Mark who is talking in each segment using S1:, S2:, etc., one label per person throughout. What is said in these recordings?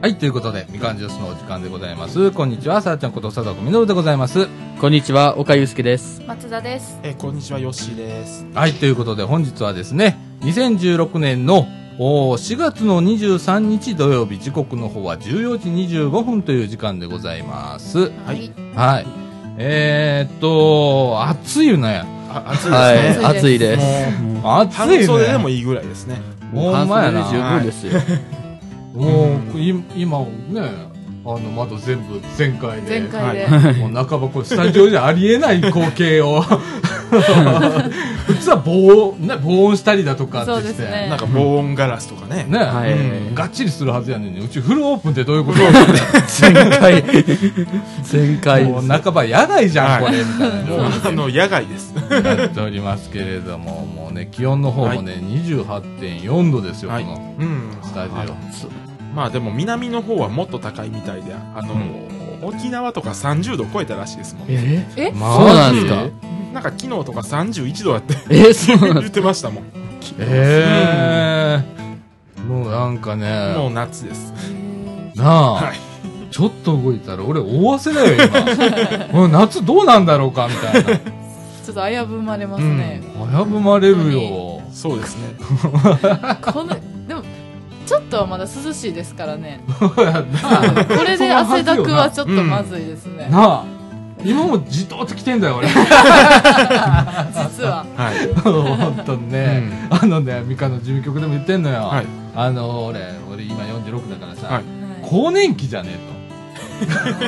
S1: はい、ということで、みかんジュースのお時間でございます。こんにちは、さらちゃんこと佐藤みのるでございます。
S2: こんにちは、岡祐介です。
S3: 松田です。
S4: えーこんにちは、ヨッシーです。
S1: はい、ということで、本日はですね、2016年のおー4月の23日土曜日、時刻の方は14時25分という時間でございます。
S4: はい。
S1: はい。えー、っと、暑いね。
S4: あ暑いですね。
S2: はいい、暑
S3: 暑
S2: い
S3: い
S2: です。
S1: 暑
S4: もう
S1: いね。
S4: 半袖でもいいぐらいですね。
S1: もうほんまやな
S2: 半袖で十分ですよ。
S1: もう、い今ね、あの窓全部全開で。
S3: 前回で、
S1: もう半ばこうスタジオじゃありえない光景を普通は防音,、ね、防音したりだとかってして
S3: そうですね
S4: なんか防音ガラスとかね。
S1: ね
S2: はい
S1: うんがっちりするはずやねんねうちフルオープンってどういうこと
S2: 前回、前回
S1: もう半ば野外じゃん、
S4: は
S1: こ
S4: い
S1: れみたいな
S4: もう、あの、野外です。
S1: 状況になっておりますけれどももうね気温の方もね、28.4度ですよ、
S4: はい
S1: この
S4: うん。
S1: スタジオ
S4: まあでも南の方はもっと高いみたいで、あの、沖縄とか30度超えたらしいですもん。
S2: え
S3: え、
S1: まあ
S2: そうなんですか
S4: なんか昨日とか31度だって
S2: え、そうなん
S4: 言
S2: で
S4: ってましたもん。
S1: ええもうなんかね
S4: もう夏です。
S1: なあ、
S4: はい
S1: ちょっと動いたら俺大汗だよ 今もう夏どうなんだろうかみたいな
S3: ちょっと危ぶまれますね。
S1: 危ぶまれるよ。
S4: そうですね。
S3: この、でも、ちょっとはまだ涼しいですからね。
S1: そうやんな。
S3: これで汗だくはちょっとまずいですね。
S1: なあ。今もじとっと来てんだよ、俺。
S3: 実は。
S4: はい。
S1: 本当にね。あのね、ミカの事務局でも言ってんのよ。
S4: はい
S1: あの、俺、俺今46だからさ、
S4: はい
S1: 更年期じゃねえと。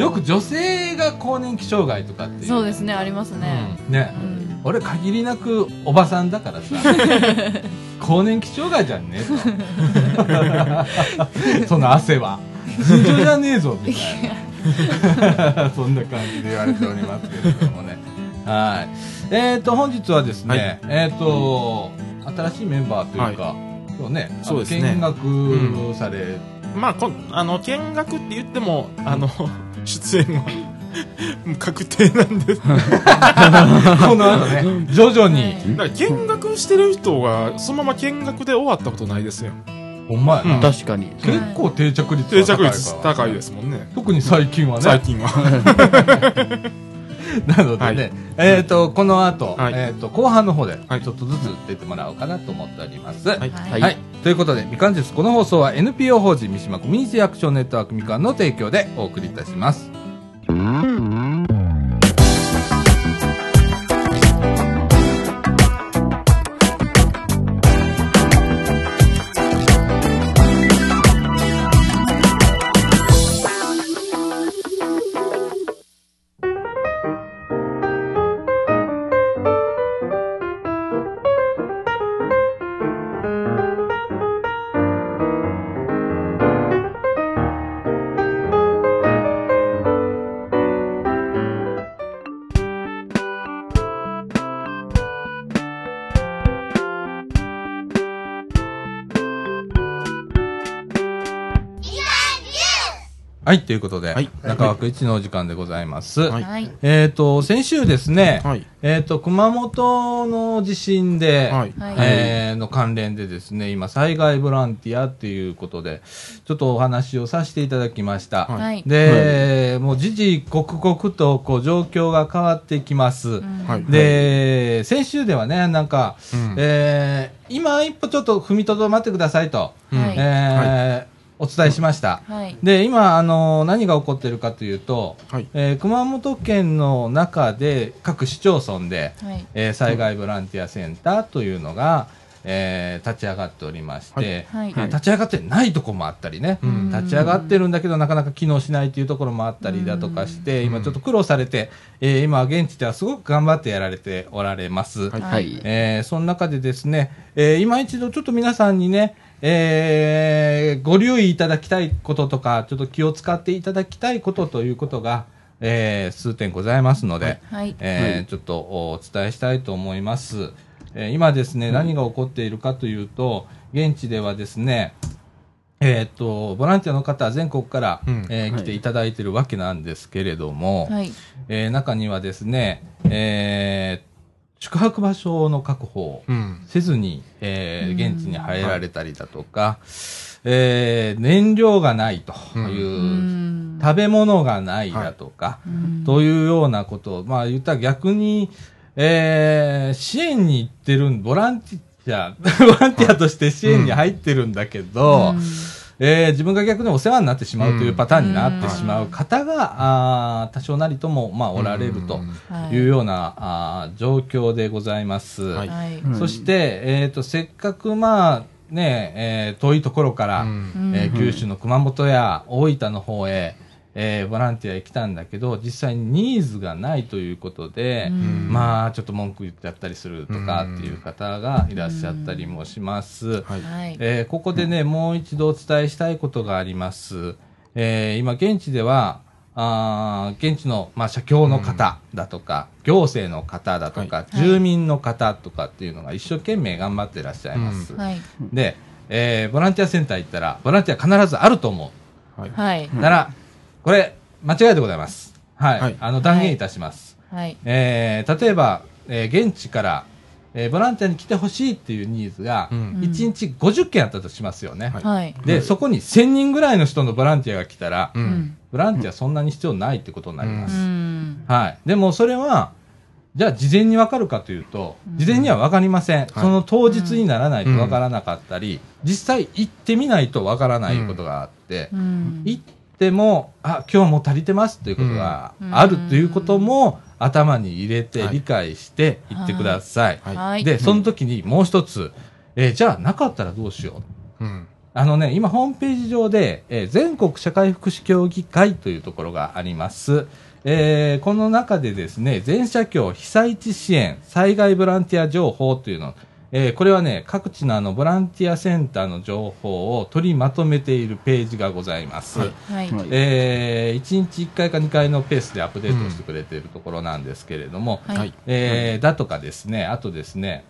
S1: よ
S3: よ
S1: く、女性が更年期障害とかっていう。
S3: そうですね、ありますね。
S1: ね。
S3: うん
S1: 俺限りなくおばさんだから さ更年期障害じゃんねえと その汗は尋常じゃねえぞみたい なそんな感じで言われておりますけれどもねはいえー、と本日はですね、えー、と新しいメンバーというか、そうねあの
S4: そうですね
S1: 見学
S4: う
S1: され、
S4: まあ、こんあの、見学って言っても、あの、出演は、 もう確定なんです。
S1: この後ね徐々に、
S3: はい
S4: だから見学してる人がそのまま見学で終わったことないですよ
S1: ほんまやな、
S4: うん
S2: 確かに。
S1: 結構定着率
S4: 定
S1: が高い
S4: 着
S1: から
S4: 率高いですもんね
S1: 特に最近はね
S4: 最近は
S1: なのでね、
S4: はい
S1: えっ、と、この後、
S4: はい
S1: えっ、と、後半の方で、ちょ
S4: は
S1: っ
S4: い
S1: とずつ出てもらおうかなと思っております。は。
S4: はいい
S3: は
S2: はいい。
S1: ということで、みかんジュース、この放送は NPO 法人三島コミュニティアクションネットワークみかんの提供でお送りいたします。はい、ということで、
S4: はい
S1: 中枠一のお時間でございます。
S4: はい
S3: はい。
S1: えっ、と、先週ですね、
S4: はい
S1: えっ、と、熊本の地震で、
S4: はい
S3: はい
S1: えーの関連でですね、今、災害ボランティアっていうことで、ちょっとお話をさせていただきました。
S4: はい
S3: はい。
S1: で、もう時々刻々とこう状況が変わってきます。
S3: うん
S4: はい
S1: で、先週ではね、なんか、
S4: うん
S1: えー今一歩ちょっと踏みとどまってくださいと、
S3: は
S1: え
S3: い。
S1: ーお伝えしました。
S3: はい。
S1: で、今、あの、何が起こってるかというと、
S4: はい
S1: えー熊本県の中で各市町村で、
S3: はい。
S1: えー災害ボランティアセンターというのが、えー立ち上がっておりまして、
S3: はい。
S1: えー立ち上がってないとこもあったりね、
S4: うん
S1: 立ち上がってるんだけどなかなか機能しないというところもあったりだとかして、
S4: うん
S1: 今ちょっと苦労されて、えー今現地ではすごく頑張ってやられておられます。
S4: はい
S2: はい。
S1: えーその中でですね、えー今一度ちょっと皆さんにね、えーご留意いただきたいこととか、ちょっと気を使っていただきたいことということが、えー数点ございますので、
S3: はい。
S1: えー
S2: はい
S1: ちょっとお伝えしたいと思います。えー今ですね、何が起こっているかというと、現地ではですね、えーっと、ボランティアの方、全国から、
S4: うん
S1: えー
S2: はい
S1: 来ていただいているわけなんですけれども、
S3: はい。
S1: えー中にはですね、えー宿泊場所の確保を
S4: うん。
S1: せずに、えー
S3: うん
S1: 現地に入られたりだとか、えー燃料がないというう、
S3: ん
S1: 食べ物がないだとか、
S3: うん
S1: というようなことを、まあ言ったら逆に、えー支援に行ってるん、ボランティア、 ボランティアとして支援に入ってるんだけど、
S3: うん
S1: えー自分が逆にお世話になってしまうというパターンになってしまう方が、あー多少なりとも、まあ、おられると
S3: はい
S1: いうような、あー状況でございます。
S4: はい
S3: はい
S2: うん
S1: そして、えー、とせっかく、まあねえー遠いところから、
S4: うん。
S3: うん
S1: えー九州の熊本や大分の方へ、えーボランティアへ来たんだけど実際にニーズがないということで、
S3: うん
S1: まあちょっと文句言ってやったりするとかっていう方がいらっしゃったりもします。
S4: はい。
S3: はい
S1: えーここでね、もう一度お伝えしたいことがあります。えー今、現地では、あー現地の、まあ、社協の方だとか、行政の方だとか、
S3: い
S1: 住民の方とかっていうのが一生懸命頑張ってらっしゃいます。
S3: はい
S1: で、えーボランティアセンター行ったら、ボランティア必ずあると思
S4: はい。
S3: はい。
S1: う。なら、これ、間違いでございます。はい。
S4: はい
S1: あの、断言いたします。
S3: はい。
S1: えー例えば、えー現地から、えーボランティアに来てほしいっていうニーズが、
S4: うん
S1: 1日50件あったとしますよね。
S4: はい
S3: はい。
S1: で、そこに1000人ぐらいの人のボランティアが来たら、
S4: う。
S3: うんん。
S1: ボランティアそんなに必要ないってことになりま
S3: う
S1: す。
S3: ん。
S1: はい。でもそれは、じゃあ事前にわかるかというと
S3: う、ん
S1: 事前にはわかりません。
S4: い
S1: その当日にならないとわからなかったり、実際行ってみないとわからないことがあって、
S3: うん
S1: 行っても、あ、今日もう足りてますということがあるということも頭に入れて
S4: はい
S1: 理解して行ってください。
S4: はい。
S3: はい。
S1: で、その時にもう一つ、えーじゃあなかったらどうしよう。
S4: うん。
S1: あのね、今ホームページ上で、えー全国社会福祉協議会というところがあります。えーこの中でですね、全社協被災地支援災害ボランティア情報というの、えーこれはね、各地のあのボランティアセンターの情報を取りまとめているページがございます。
S4: はい
S3: はい。
S2: はい
S1: え1日1回か2回のペースでアップデートしてくれているところなんですけれども、
S3: はい
S4: はい。
S1: えーだとかですね、あとですね、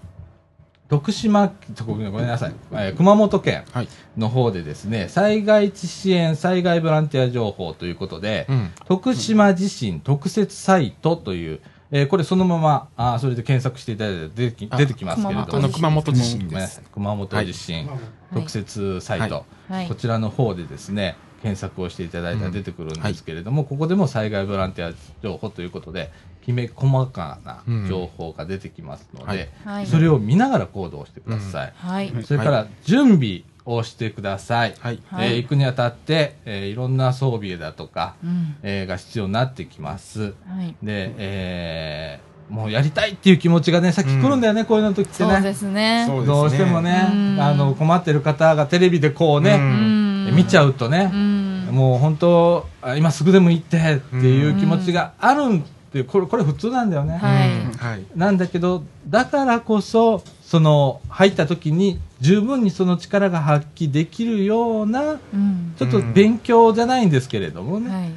S1: 徳島、ごめんごめんなさい、えー熊本県
S4: はい。
S1: の方でですね、災害地支援、災害ボランティア情報ということで、
S4: うん。
S1: 徳島地震特設サイトという、えーこれそのまま、あーそれで検索していただいて出てき
S4: あ
S1: 出てきますけれど
S4: あ
S1: も
S4: の、、熊本地
S1: ご
S4: 震
S1: めん
S4: で
S1: な
S4: す
S1: さ。い熊本地震、特設サイト、
S4: は
S3: はい
S1: こ。ちらの方でですね、検索をしていただいたら出てくるんですけれども、ここでも災害ボランティア情報ということで、きめ細かな情報が出てきますので、
S3: はい。
S1: それを見ながら行動してください。
S3: はい。
S1: それから準備をしてください。
S4: はい。
S3: はい
S1: えー行くにあたって、えーいろんな装備だとか、
S3: うん。
S1: えーが必要になってきます。
S3: はい。
S1: で、えーもうやりたいっていう気持ちがね、さっき来るんだよね、こういうの時って
S3: そう
S1: ね。
S3: ですね。
S4: そうですね
S1: どうしてもね
S3: う、ん
S1: あの、困ってる方がテレビでこう
S4: う
S1: ね、
S4: ん。
S1: 見ち
S3: ゃ
S1: ゃうとね
S3: う、ん。
S1: もう本当、あ今すぐでも行ってっていう気持ちがあるんって、これ、これ普通なんだよね。
S3: はい
S4: はい。
S1: なんだけど、だからこそ、その、入った時に十分にその力が発揮できるような、
S3: うん。
S1: ちょっと
S4: うん
S1: 勉強じゃないんですけれどもね、
S3: はい。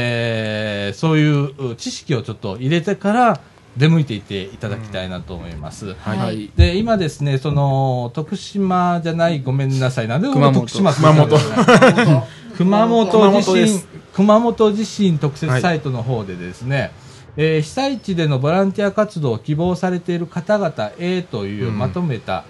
S1: えーそういうう知識をちょっと入れてから出向いていっていただきたいなと思います。
S4: はい
S3: は
S2: はいい。
S1: で、今ですね、その、徳島じゃない、ごめんなさい、なんで
S2: 熊本
S1: 徳島
S4: 熊本
S1: 熊本地
S4: 熊本で
S1: 震
S4: す、
S1: 熊本地震特設サイトの方でですね、えー被災地でのボランティア活動を希望されている方々へという
S4: うん
S1: まとめた、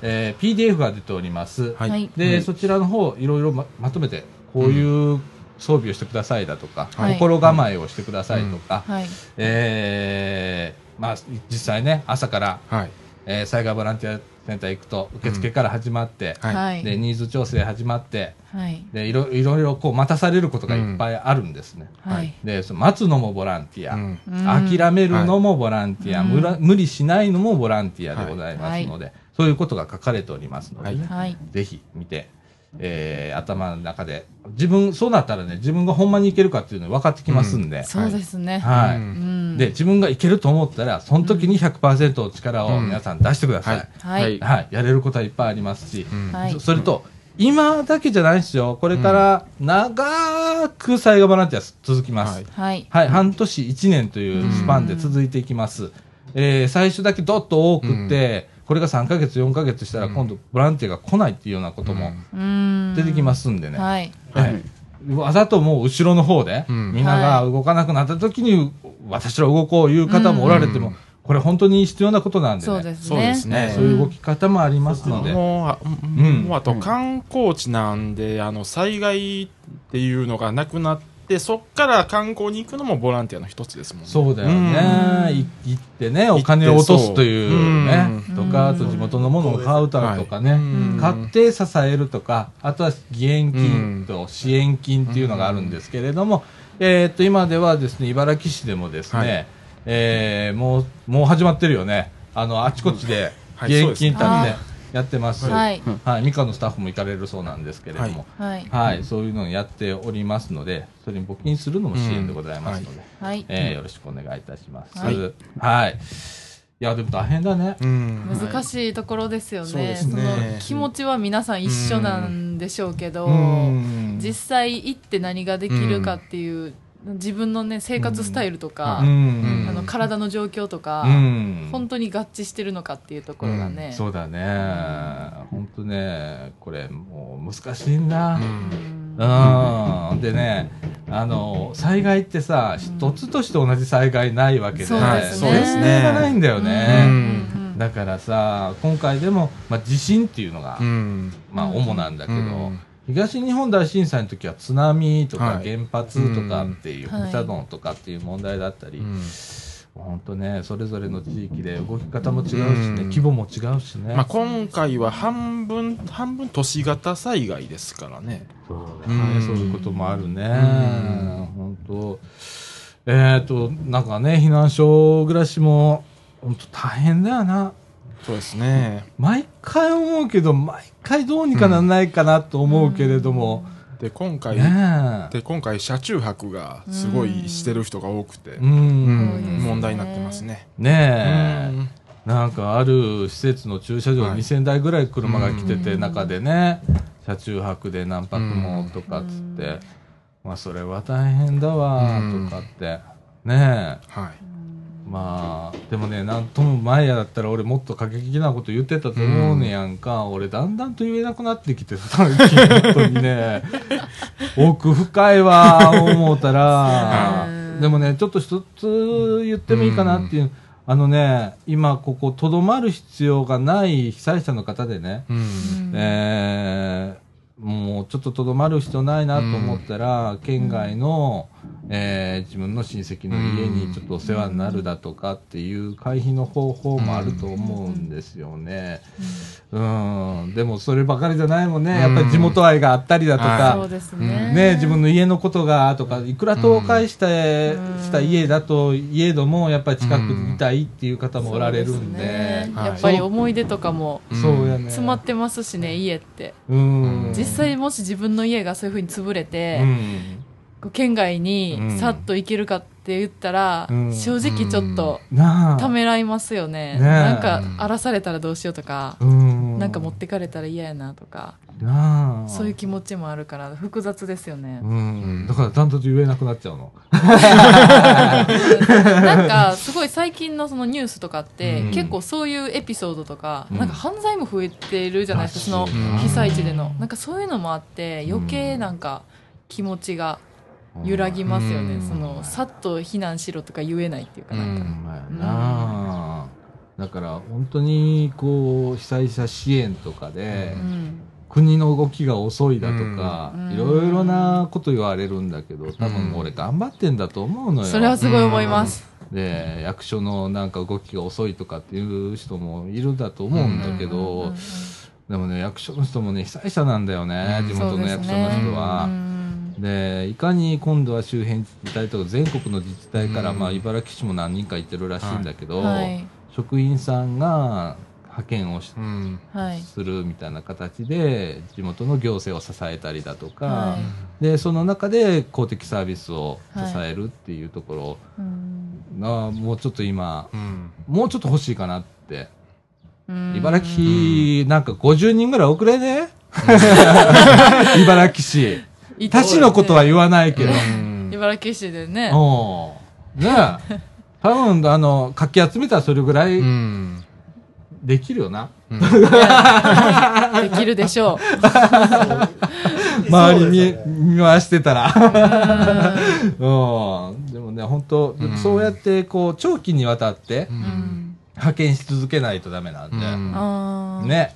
S1: えー PDF が出ております。
S4: はい。
S3: はい。
S1: で、
S4: うん
S1: そちらの方、いろいろままとめて、こういう装備をしてくださいだとか、
S3: はい
S1: 心構えをしてくださいとか、
S3: はい。
S1: えーまあ、実際ね、朝から、
S4: はい。
S1: えー災害ボランティアセンター行くと、受付から始まって、
S4: はい。
S3: はい。
S1: で、ニーズ調整始まって、
S3: はい。
S1: でいろいろいろこう待たされることがいっぱいあるんですね。
S3: はい。
S1: でその待つのもボランティア、
S4: うん。
S3: うん
S1: 諦めるのもボランティア、
S3: うん
S1: むら無理しないのもボランティアでございますので、そういうことが書かれておりますので、ね
S3: はい。
S1: ぜひ見て、えー頭の中で自分そうなったらね自分がほんまにいけるかっていうの分かってきますんで、
S3: そうですね。
S1: はい。
S4: うん
S3: うん。
S1: で、自分がいけると思ったら、その時に100%の力を皆さん出してください。
S4: うん
S3: は。
S2: はいい
S1: はい。やれることはいっぱいありますし、
S4: うん
S3: はい
S1: そそれと、今だけじゃないですよ。これから長く災害ボランティア続きます。は
S4: はいい、
S3: はい。
S1: 半年1年というスパンで続いていきます。えー最初だけどっと多くて、これが3ヶ月、4ヶ月したら
S4: うん
S1: 今度ボランティアが来ないっていうようなことも
S3: うん。
S1: 出てきますんでね。
S3: はい。
S1: はいわざともう後ろの方で、
S4: うん
S1: みんなが動かなくなった時に、私ら動こういう方もおられても、
S4: はい
S1: これ本当に必要なことなんでね。
S3: そうです
S4: そうで
S3: ね
S4: す
S1: ね
S4: ね
S1: そういう動き方もありますので。
S4: もうあ、
S1: ん
S4: もうあと観光地なんで、あの災害っていうのがなくなって、そっから観光に行くのもボランティアの一つですもんね。
S1: そうだよ
S3: う
S1: ね。
S3: ん
S1: い行ってね、お金を落とすというね
S3: そ。う
S1: と
S3: うん
S1: か、あと地元のものを買うたとか
S4: はいう
S1: ね。
S4: ん
S1: 買って支えるとか、あとは義援金と支援金っていうのがあるんですけれども、えーっと、今ではですね、茨城市でもです
S4: は
S1: ね、えーもう、もう始まってるよね。あの、あちこちで
S4: はい
S1: 義援金
S3: そうです
S1: たち
S3: ね
S1: でやってます。は。
S3: はいい
S1: ミカのスタッフも行かれるそうなんですけれども。
S3: はい
S1: はい、そういうのをやっておりますので、それに募金するのも支援でございますので、
S3: はい
S1: えーよろしくお願いいたします。は。
S3: はいい
S1: い、や、でも大変だね。
S4: うん。
S3: 難しいところですよね,、
S4: そうですね
S3: の気持ちは皆さん一緒なんでしょうけど、
S1: うん
S3: 実際行って何ができるかっていう、自分のね生活スタイルとか、
S1: う
S4: うん
S1: ん。
S3: あの体の状況とか、
S1: うん。
S3: 本当に合致してるのかっていうところがね、
S1: そうだね。本当ね、これもう難しいな。
S3: うん
S1: うん。でね、あの、災害ってさ、一つとして同じ災害ないわけで、
S3: そうですね
S1: 前例がないんだよ
S4: う
S1: ね。
S4: ん
S1: だからさ、今回でも、まあ、地震っていうのが、
S4: うん。
S1: まあ、主なんだけど、
S4: うん
S1: 東日本大震災の時は津波とか
S4: はい
S1: 原発とかっていう、
S3: うん
S1: メタドンとかっていう問題だったり、
S4: うん
S1: 本当ね、それぞれの地域で動き方も違うしね、
S4: うん
S1: 規模も違うしね。
S4: まあ、今回は半分、半分都市型災害ですからね。
S1: そうだね
S4: うん
S1: そういうこともあるね。
S4: ん
S1: 本当。えっ、と、なんかね、避難所暮らしも、本当大変だよな。
S4: そうですね。
S1: 毎回思うけど、毎回どうにかならないかなと思うけれども、
S4: で、今回、
S1: ねえ。
S4: で、今回、車中泊がすごいしてる人が多くて、
S1: う。
S4: うんん問題になってますね。
S1: ねえ。
S4: うん
S1: なんかある施設の駐車場
S4: はい
S1: 2000台ぐらい車が来てて、
S3: うん
S1: 中でね、車中泊で何泊もとかっつって、
S3: うん
S1: まあそれは大変だわ
S4: うん
S1: とかって、ねえ、
S4: はい。
S1: まあ、でもね、なんとも前やだったら俺もっと過激なこと言ってたと思うねやんか、俺だんだんと言えなくなってきてさ、本当にね、奥深いわ、思うたら
S3: う、ん
S1: でもね、ちょっと一つ言ってもいいかなっていう、あのね、今ここ、とどまる必要がない被災者の方でね、
S4: うん。
S1: えーもうちょっととどまる必要ないなと思ったら、県外の、えー自分の親戚の家にちょっとお世話になるだとかっていう回避の方法もあると思うんですよね。うん、でもそればかりじゃないもんね。やっぱり地元愛があったりだとか、
S3: そうですね,、
S1: ね、自分の家のことがとかいくら倒壊した,、
S3: うん
S1: した家だといえどもやっぱり近くにいたいっていう方もおられるん
S3: そう
S1: で。
S3: すね
S4: はい
S3: やっぱり思い出とかも
S1: そうやね。
S3: 詰まってますしね家って
S1: うん。
S3: 実際もし自分の家がそういうふうに潰れて、
S1: うん
S3: こう県外
S1: うん
S3: にさっと行けるかって言ったら、
S1: うん
S3: 正直ちょっと
S1: なあ。
S3: ためらいますよね、
S1: ねえ
S3: なんか荒らされたらどうしようとか、
S1: うん。
S3: なんか持ってかれたら嫌やなとか、
S1: なあ。
S3: そういう気持ちもあるから複雑ですよね、
S1: うん。だから、断トツ言えなくなっちゃうの。
S3: なんかすごい最近のそのニュースとかって、
S1: うん
S3: 結構そういうエピソードとか、
S1: うん
S3: なんか犯罪も増えてるじゃないですかその
S1: うん
S3: 被災地でのなんかそういうのもあって余計なんか気持ちが揺らぎますよね、
S4: うん
S3: そのさっと避難しろとか言えないっていうか
S4: う
S3: なんか、
S1: うん
S4: ん。
S1: まあなあ。だから、本当に、こう、被災者支援とかで、
S3: うん
S1: 国の動きが遅いだとか
S3: う、ん
S1: いろいろなこと言われるんだけど、多分俺頑張ってんだと思うのよ。
S3: それはすごい思います、
S1: で、役所のなんか動きが遅いとかっていう人もいるんだと思うんだけ
S3: うんうんう
S1: どで
S3: ん、
S1: もね、役所の人もね、被災者なんだよね
S4: う、ん
S1: 地
S3: そ
S1: 元
S3: う
S1: の
S3: です
S1: 役所
S3: ね
S1: の人は
S3: う。ん
S1: でいかに今度は周辺自治体とか全国の自治体から、まあ、茨城市も何人か行ってるらしいんだけど、
S3: はい
S1: 職員さんが派遣をし
S4: うん。
S3: はい
S1: するみたいな形で地元の行政を支えたりだとか、
S3: は
S1: でその中で公的サービスを支えるっていうとこ
S3: うん
S1: ろが、もうちょっと今
S4: うん。
S1: もうちょっと欲しいかなって
S3: うん
S1: 茨城なんか50人ぐらい遅れ ね茨城市たちのことは言わないけど。
S4: うん
S3: 茨城市でね
S1: おねえ多分あのかき集めたらそれぐらい
S4: うん。
S1: できるよな、
S3: できるでしょう
S1: 周り見見回してたらうんでももね、本当
S4: うん
S1: そうやって、こう、長期にわたって
S4: う、
S3: うんん。
S1: 派遣し続けないとダメなんで、
S4: うん
S3: ああ。。
S1: ね。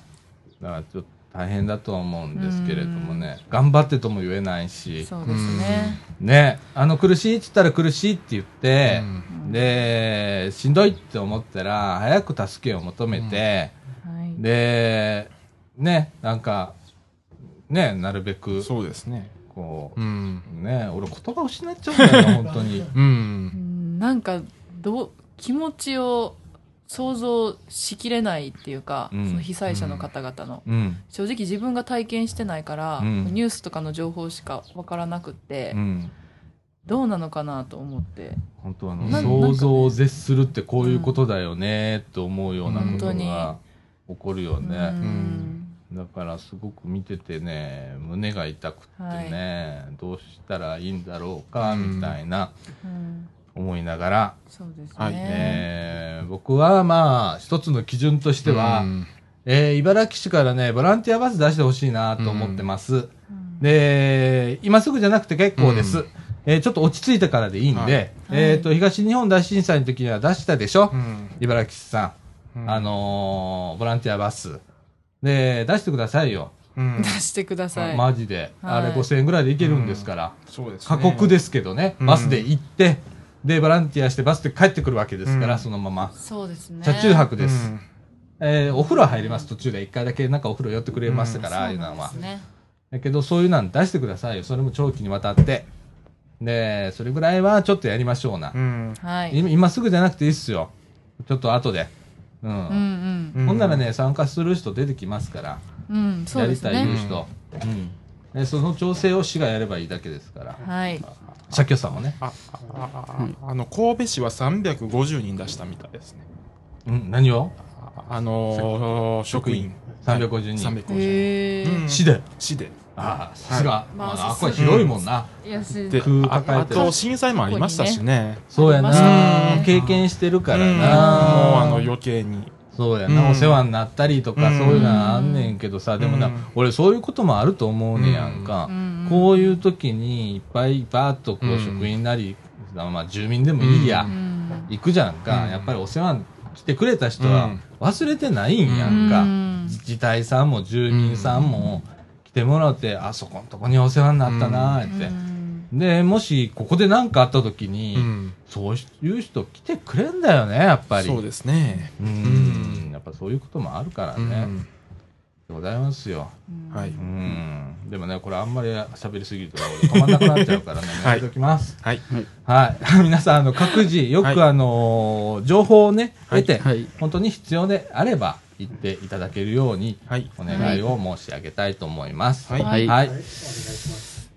S1: だから、ちょっと大変だとは思うんですけれどもね、頑張ってとも言えないし、
S3: そうですね。
S1: ね、あの、苦しいって言ったら苦しいって言って、
S3: うん
S1: で、しんどいって思ったら、早く助けを求めて、
S3: はい。
S1: で、ね、なんか、ね、なるべく、
S4: そうですね。
S1: こう
S4: う、ん。
S1: ね、俺言葉失っちゃうんだよな、本当に。
S4: う
S3: う
S4: ん
S3: んなんか、どう、気持ちを想像しきれないっていうか、
S1: うん
S3: その被災者の方々の。
S1: うん。
S3: 正直自分が体験してないから、
S1: うん
S3: ニュースとかの情報しかわからなくって、
S1: うん。
S3: どうなのかなと思って、
S1: 本当あの、
S4: な
S1: 想像を絶するってこういうことだよね、と思うようなこと
S3: うん
S1: が起こるよ
S3: う
S1: ね。
S3: ん
S1: だからすごく見ててね、胸が痛くってね、どうしたらいいんだろうか、
S4: うん
S1: みたいな
S3: うん
S1: 思いながら、
S3: そうですね、
S4: はい
S1: えー僕はまあ、一つの基準としては、
S4: うん
S1: えー茨城市からね、ボランティアバス出してほしいなと思ってます。
S3: うん
S1: で、今すぐじゃなくて結構です。
S4: うん
S1: えーちょっと落ち着いてからでいいんで、
S4: はい
S1: えっ、と、東日本大震災の時には出したでしょ、
S4: うん
S1: 茨城市さ。
S4: うんん
S1: あのーボランティアバス。で、出してくださいよ。
S4: うん
S3: 出してください、
S1: マジで。あれ
S3: はい
S1: 5000円ぐらいで行けるんですから。
S4: そうです。
S1: 過酷ですすけどね、
S4: うん
S1: バスで行って、で、ボランティアしてバスで帰ってくるわけですから、
S4: うん
S1: そのまま。
S3: そうですね
S1: 車中泊
S4: う
S1: です。
S4: ん
S1: えーお風呂入ります、途中で。一回だけなんかお風呂寄ってくれましたから、ああいうのは。
S3: そうなんですね
S1: だけど、そういうなん出してくださいよ。それも長期にわたって。で、それぐらいはちょっとやりましょうな。
S4: うん
S3: はい
S1: 今今すぐじゃなくていいっすよ。ちょっと後で。う。
S3: うんん
S4: うん
S1: ほんならね、参加する人出てきますから、
S3: うんうんそ
S1: や
S3: うで
S1: り
S3: す
S1: たいいう
S3: ね
S1: 人。うん。でその調整を市がやればいいだけですから。
S3: はい
S1: 社協さんもね。
S4: あああああの神戸市は350人出したみたいですね。
S1: うん、何を
S4: ああのー職員
S1: 350人
S4: 350人。
S3: へえ
S4: うん
S1: 市で。
S4: 市で。
S1: ああ、さすが。ま
S3: まあ
S1: あ、あ
S3: さ
S1: っ
S3: す
S1: こ
S3: が
S1: は広いもんな。
S3: 安い
S4: で
S1: 空
S4: あ
S1: 抱え
S4: あ
S1: てる
S4: と震災もありましたしね。
S1: そうや
S3: ありました
S1: な
S3: ね
S1: 経験してるからな。
S4: うんもうあの余計に。
S1: そうやな、
S4: うん
S1: お世話になったりとか、
S4: うん
S1: そういうのはあんねんけどさ、でもな、
S4: うん
S1: 俺そういうこともあると思うねやんか、
S3: うん
S1: こういう時にいっぱいバーッとこ
S4: う
S1: うん職員なり、まあ住民でもいいや、
S3: うん
S1: 行くじゃんか、
S4: うん
S1: やっぱりお世話に来てくれた人は忘れてないんやんか、
S3: うん
S1: 自治体さんも住民さんも来てもらって、あそこんとこにお世話になったなーって、
S3: うん
S1: でもしここで何かあった時に、
S4: うん
S1: そういう人来てくれんだよねやっぱり
S4: そうですね。
S1: うん
S4: うん
S1: やっぱそういうこともあるから
S4: う
S1: ね、
S4: ん
S1: でございますよ。
S4: はいう
S1: んでもねこれあんまり喋りすぎると俺止まんなくなっちゃうからね
S4: は
S1: や
S4: い
S1: めときます
S4: はい。
S1: はい 皆さんあの各自よ
S4: はい
S1: くあのー情報をね
S4: は
S1: 得
S4: い
S1: て、
S2: はい
S1: 本当に必要であれば言っていただけるように
S4: はい。
S1: お願いを申し上げたいと思います
S4: はい
S2: はい
S1: はい、よ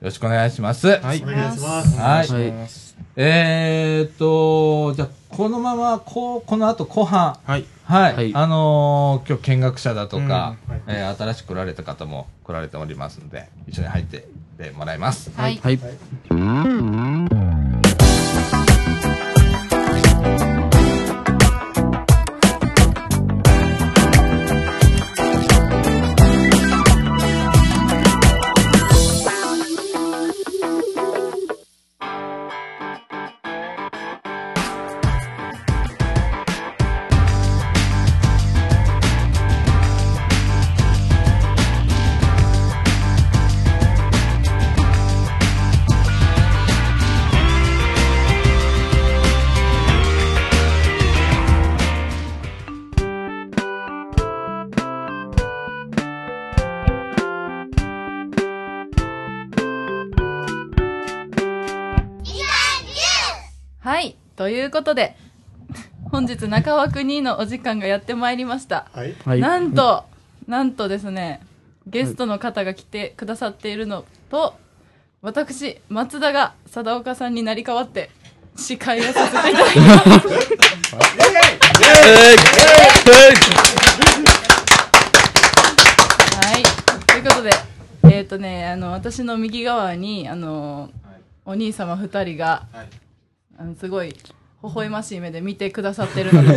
S1: ろしくお願いします
S4: はい。
S5: お願いします。
S1: はい
S2: はい
S1: えー、っとじゃあこのままこうこの後後半
S4: はい。
S1: はい、
S2: はい
S1: あのー今日見学者だとか、
S5: うんはい
S1: えー新しく来られた方も来られておりますので一緒に入っていってもらいます。
S3: はい
S2: はい
S3: はいということで本日中枠2のお時間がやってまいりました
S5: はい。
S2: はい
S3: なんと、なんとですね、ゲストの方が来てくださっているのと、私、松田が貞岡さんになり代わって、司会をさせていただき ます。はい。ということで、えっ、とね、あの、私の右側に、あの、お兄様二人が、
S4: はい
S3: あのすごい、微笑ましい目で見てくださってるの で、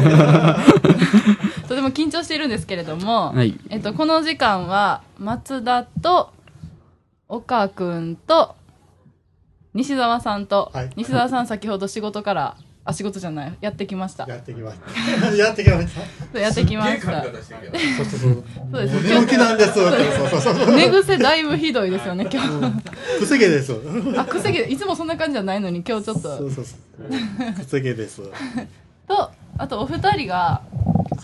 S3: とても緊張しているんですけれども、
S2: はい
S3: えっと、この時間は、松田と、岡くんと、西澤さんと、
S5: はい
S3: 西澤さん先ほど仕事から、あ、仕事じゃない、やってきました。
S5: やってきました。 やってきました。
S3: そうやってきました。
S5: そうそうそう。
S3: そうです
S5: 寝起きなんです。そうそうそうそう。
S3: 寝癖だいぶひどいですよね、今日。
S5: くせ毛です。そ
S3: あ、くせ毛、いつもそんな感じじゃないのに、今日ちょっと
S5: う。そうそう。くせ毛です。
S3: とあとお二人が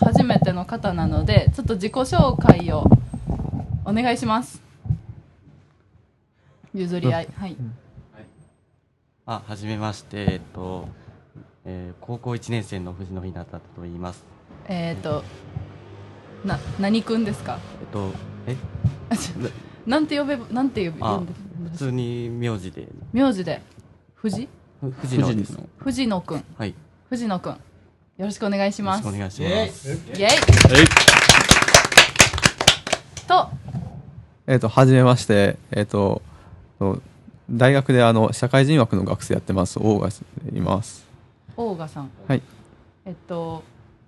S3: 初めての方なのでちょっと自己紹介をお願いします譲り合い、はい
S6: あ、はじめまして、えっと、えー高校1年生の藤野ひなたと言います。
S3: えっ、ー、とな何くんですか
S6: えっと、え、
S3: あちょ なんて呼べばなんて呼ぶ
S6: あ
S3: 呼んで
S6: 普通に名字で、
S3: 名字で藤
S6: ふ藤野です。
S2: 藤
S3: 藤野くん
S6: はい、よ
S3: 藤野くんよろしくお願いし
S6: ろ
S3: ま
S6: し
S3: す
S6: くお願いし
S1: イェ
S6: ま
S1: イ
S6: す。
S3: イエイと
S7: えっ、と、はじめまして、えっ、と、と大学であの、社会人枠の学生やってます、オーガスいます。
S3: オーガさん
S7: はい
S3: えっと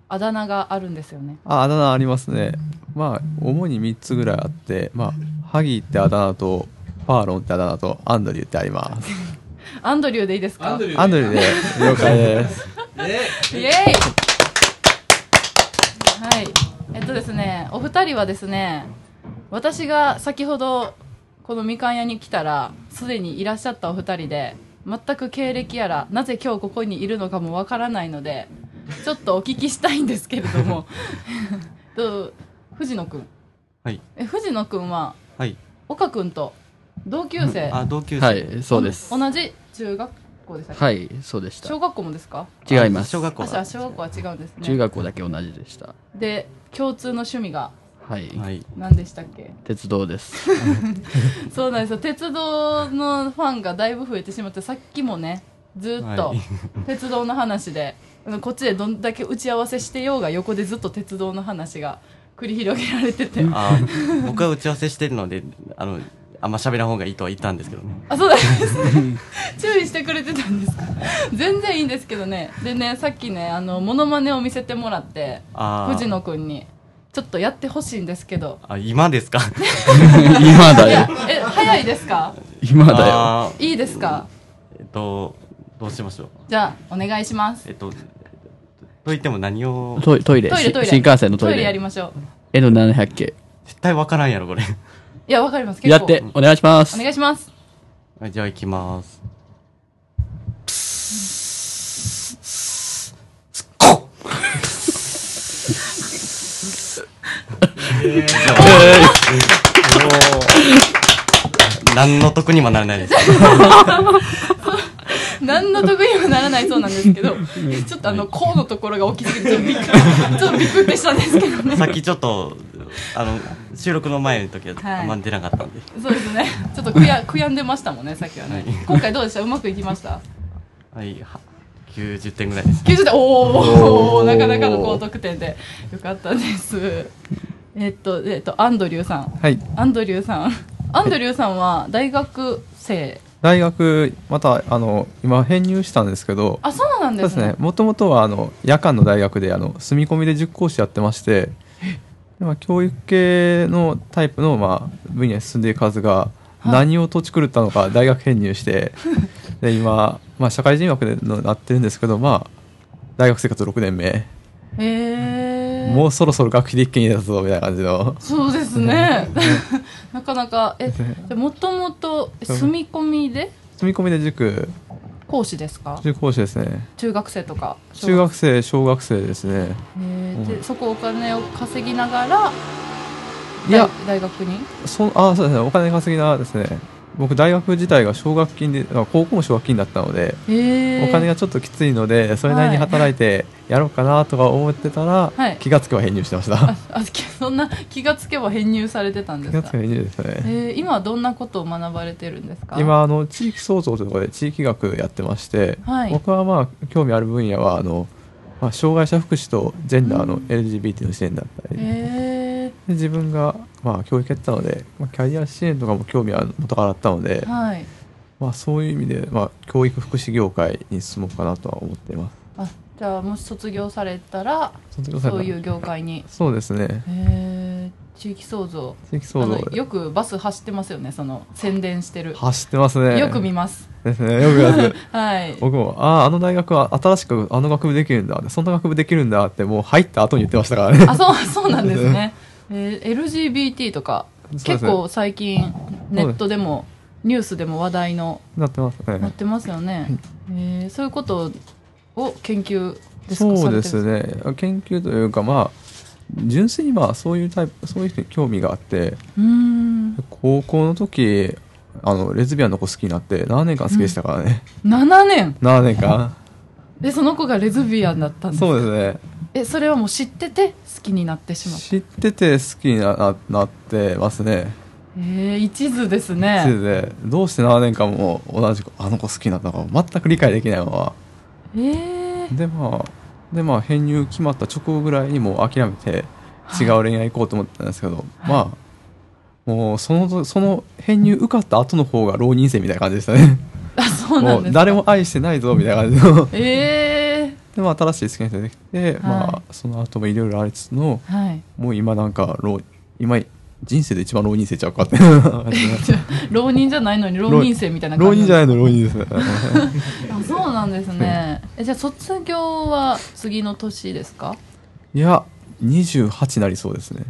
S3: あだ名があるんですよね
S7: あ、あだ名ありますね。まあ、主に3つぐらいあって、まあ、ハギーってあだ名と、パーロンってあだ名と、アンドリューってあります。
S3: アンドリューでいいですか
S1: ュ
S7: アンドリューで、了 解です。
S3: イエイはい。えっとですね、お二人はですね、私が先ほどこのみかん屋に来たら、すでにいらっしゃったお二人で、全く経歴やら、なぜ今日ここにいるのかもわからないので、ちょっとお聞きしたいんですけれど も、えっと藤野くん。
S6: はい
S3: え藤野くんは、
S6: はい、
S3: 岡くんと同級生、
S6: あ、同級生。
S2: はい、そうです。
S3: 同じ中学校でしたっけ
S2: はい、そうでした
S3: 小。学校もですか
S2: 違います。
S6: 小学校
S3: あ、
S6: だ。
S3: 小学校は違うんですね。
S2: 中学校だけ同じでした。
S3: で共通の趣味が
S2: はい。
S6: はい、
S3: 何でしたっけ
S2: 鉄道です。
S3: そうなんですよ鉄道のファンがだいぶ増えてしまってさっきもねずっと
S6: はい
S3: 鉄道の話で、うんこっちでどんだけ打ち合わせしてようが横でずっと鉄道の話が繰り広げられてて
S6: あ、僕は打ち合わせしてるので、あの、あんま喋らん方がいいとは言ったんですけどね。
S3: あそうなんですね 注意してくれてたんですか全然いいんですけどねでねさっきねあのモノマネを見せてもらって
S6: あー
S3: 藤野くんにちょっとやってほしいんですけど
S6: あ、今ですか
S2: 今
S3: い
S2: だ
S3: や
S2: よ。
S3: え早いですか
S2: 今だよ。
S6: あー
S3: いいですか
S6: えっと、どうしましょう。
S3: じゃあお願いします
S6: えっと、と言っても何を、
S2: トイトイレ
S3: トイレ
S2: し
S3: トイレ
S2: 新幹線のトイ
S3: トイレやり
S2: レ。
S3: ましょう
S2: N700 系。
S6: 絶対わからんやろ、これ。
S3: いやわかります結構
S2: やって、お願いします
S3: お。願いします
S6: はいじゃあ行きます。何の得にもならないです。
S3: 何の得にもならないそうなんですけどちょっとあの「こう」のところが大きすぎてちょっとびっくりちょっとびっくりしたんですけどね
S6: さっきちょっと、あの、収録の前の時は
S3: はい
S6: あんま出なかったんで。
S3: そうですねちょっと悔や悔やんでましたもんねさっきはね今回どうでしたうまくいきました
S6: はい、は90点ぐらいです。
S3: 90点おおなかなかの高得点でよかったですえっとえっとアンドリューさん
S7: はい。
S3: アンドリューさんアンドリューさんは大学生
S7: 大学、また、あの、今、編入したんですけど、
S3: あそうなん
S7: そう
S3: で
S7: ですすね
S3: ね。
S7: もともとはあの夜間の大学であの住み込みで塾講師やってまして、でまあ、教育系のタイプの、まあ、分野に進んでいくはずが、何をとち狂ったのか大学編入して で今、まあ、社会人枠でのなってるんですけど、まあ、大学生活6年目、
S3: へえ
S7: もうそろそろ学費で一気に出たぞみたいな感じの
S3: そうですね。 なかなか、え、じゃもともと住み込みで
S7: 住み込みで塾
S3: 講師ですか
S7: 塾講師ですね
S3: 中学生とか。
S7: 中学生小学生ですね
S3: えー、で、そこお金を稼ぎながら、
S7: いや
S3: 大大学に
S7: そあそうですねお金稼ぎながらですね僕大学自体が奨学金であ高校も奨学金だったので
S3: えー、
S7: お金がちょっときついのでそれなりに働いてやろうかなとか思ってたら、
S3: はい
S7: 気がつけば編入してました、
S3: あ、あ、きそんな気がつけば編入されてたんで
S7: 気
S3: す
S7: がつけ
S3: か
S7: ば編入ですね、
S3: えー、今はどんなことを学ばれてるんですか
S7: 今あの地域創造というところで地域学やってまして、
S3: はい
S7: 僕はまあ興味ある分野はあの、まあ、障害者福祉とジェンダーの LGBT の支援だったり、で
S3: え
S7: 自分がまあ教育やってたので、まあ、キャリア支援とかも興味は元からあったので
S3: ー、、はい。
S7: まあ、そういう意味で、まあ、教育福祉業界に進もうかなとは思っています
S3: あ、じゃあもし卒業されたら、
S7: 卒業された
S3: そ
S7: ら
S3: ういう業界に。
S7: そうですね
S3: えーえー地域創造
S7: 地域創造
S3: あのよくバス走ってますよねその宣伝してる、
S7: 走ってますね
S3: よく見ます
S7: ですね よくやる
S3: はい
S7: 僕もあああの大学は新しくあの学部できるんだそんな学部できるんだってもう入った後に言ってましたからね
S3: あ そうそうなんですね、えー LGBT とか
S7: そうで
S3: 結
S7: すね
S3: 構最近ネットでもニュースでも話題の
S7: なってますね
S3: なってますよね、えーそういうことを研究ですか
S7: そうです
S3: されてるんで
S7: ね研究というかまあ純粋にまあそういうタイプそういう人に興味があって
S3: すかうーん
S7: 高校の時あのレズビアンの子好きになって7年間好きでしたからね、
S3: 7年
S7: 7年間
S3: でその子がレズビアンだったんです
S7: そうですね
S3: えそれはもう知ってて好きになってしまった
S7: 知ってて好きになななってますね
S3: えー、一途です
S7: それ
S3: ね
S7: でどうして7年間も同じ子あの子好きになったのか全く理解できないまま
S3: えー、
S7: でまあでまあ編入決まった直後ぐらいにもう諦めて違う恋愛行こうと思ってたんですけど、まあもうそのその編入受かった後の方が浪人生みたいな感じでしたね
S3: あそうな
S7: も
S3: んで
S7: う
S3: すか
S7: 誰も愛してないぞみたいな感じの
S3: え
S7: でまあ新しい好きな人ができて、
S3: は
S7: まあその後もいろいろありつつの
S3: ー、はい
S7: もう今なんか浪今人生で一番浪人生ちゃう かって浪
S3: 浪人じゃないのに浪人生みたいな感じ
S7: 人じゃないいの浪人ですね
S3: あそうなんですねえじゃあ卒業は次の年ですか
S7: いや28になりそうですね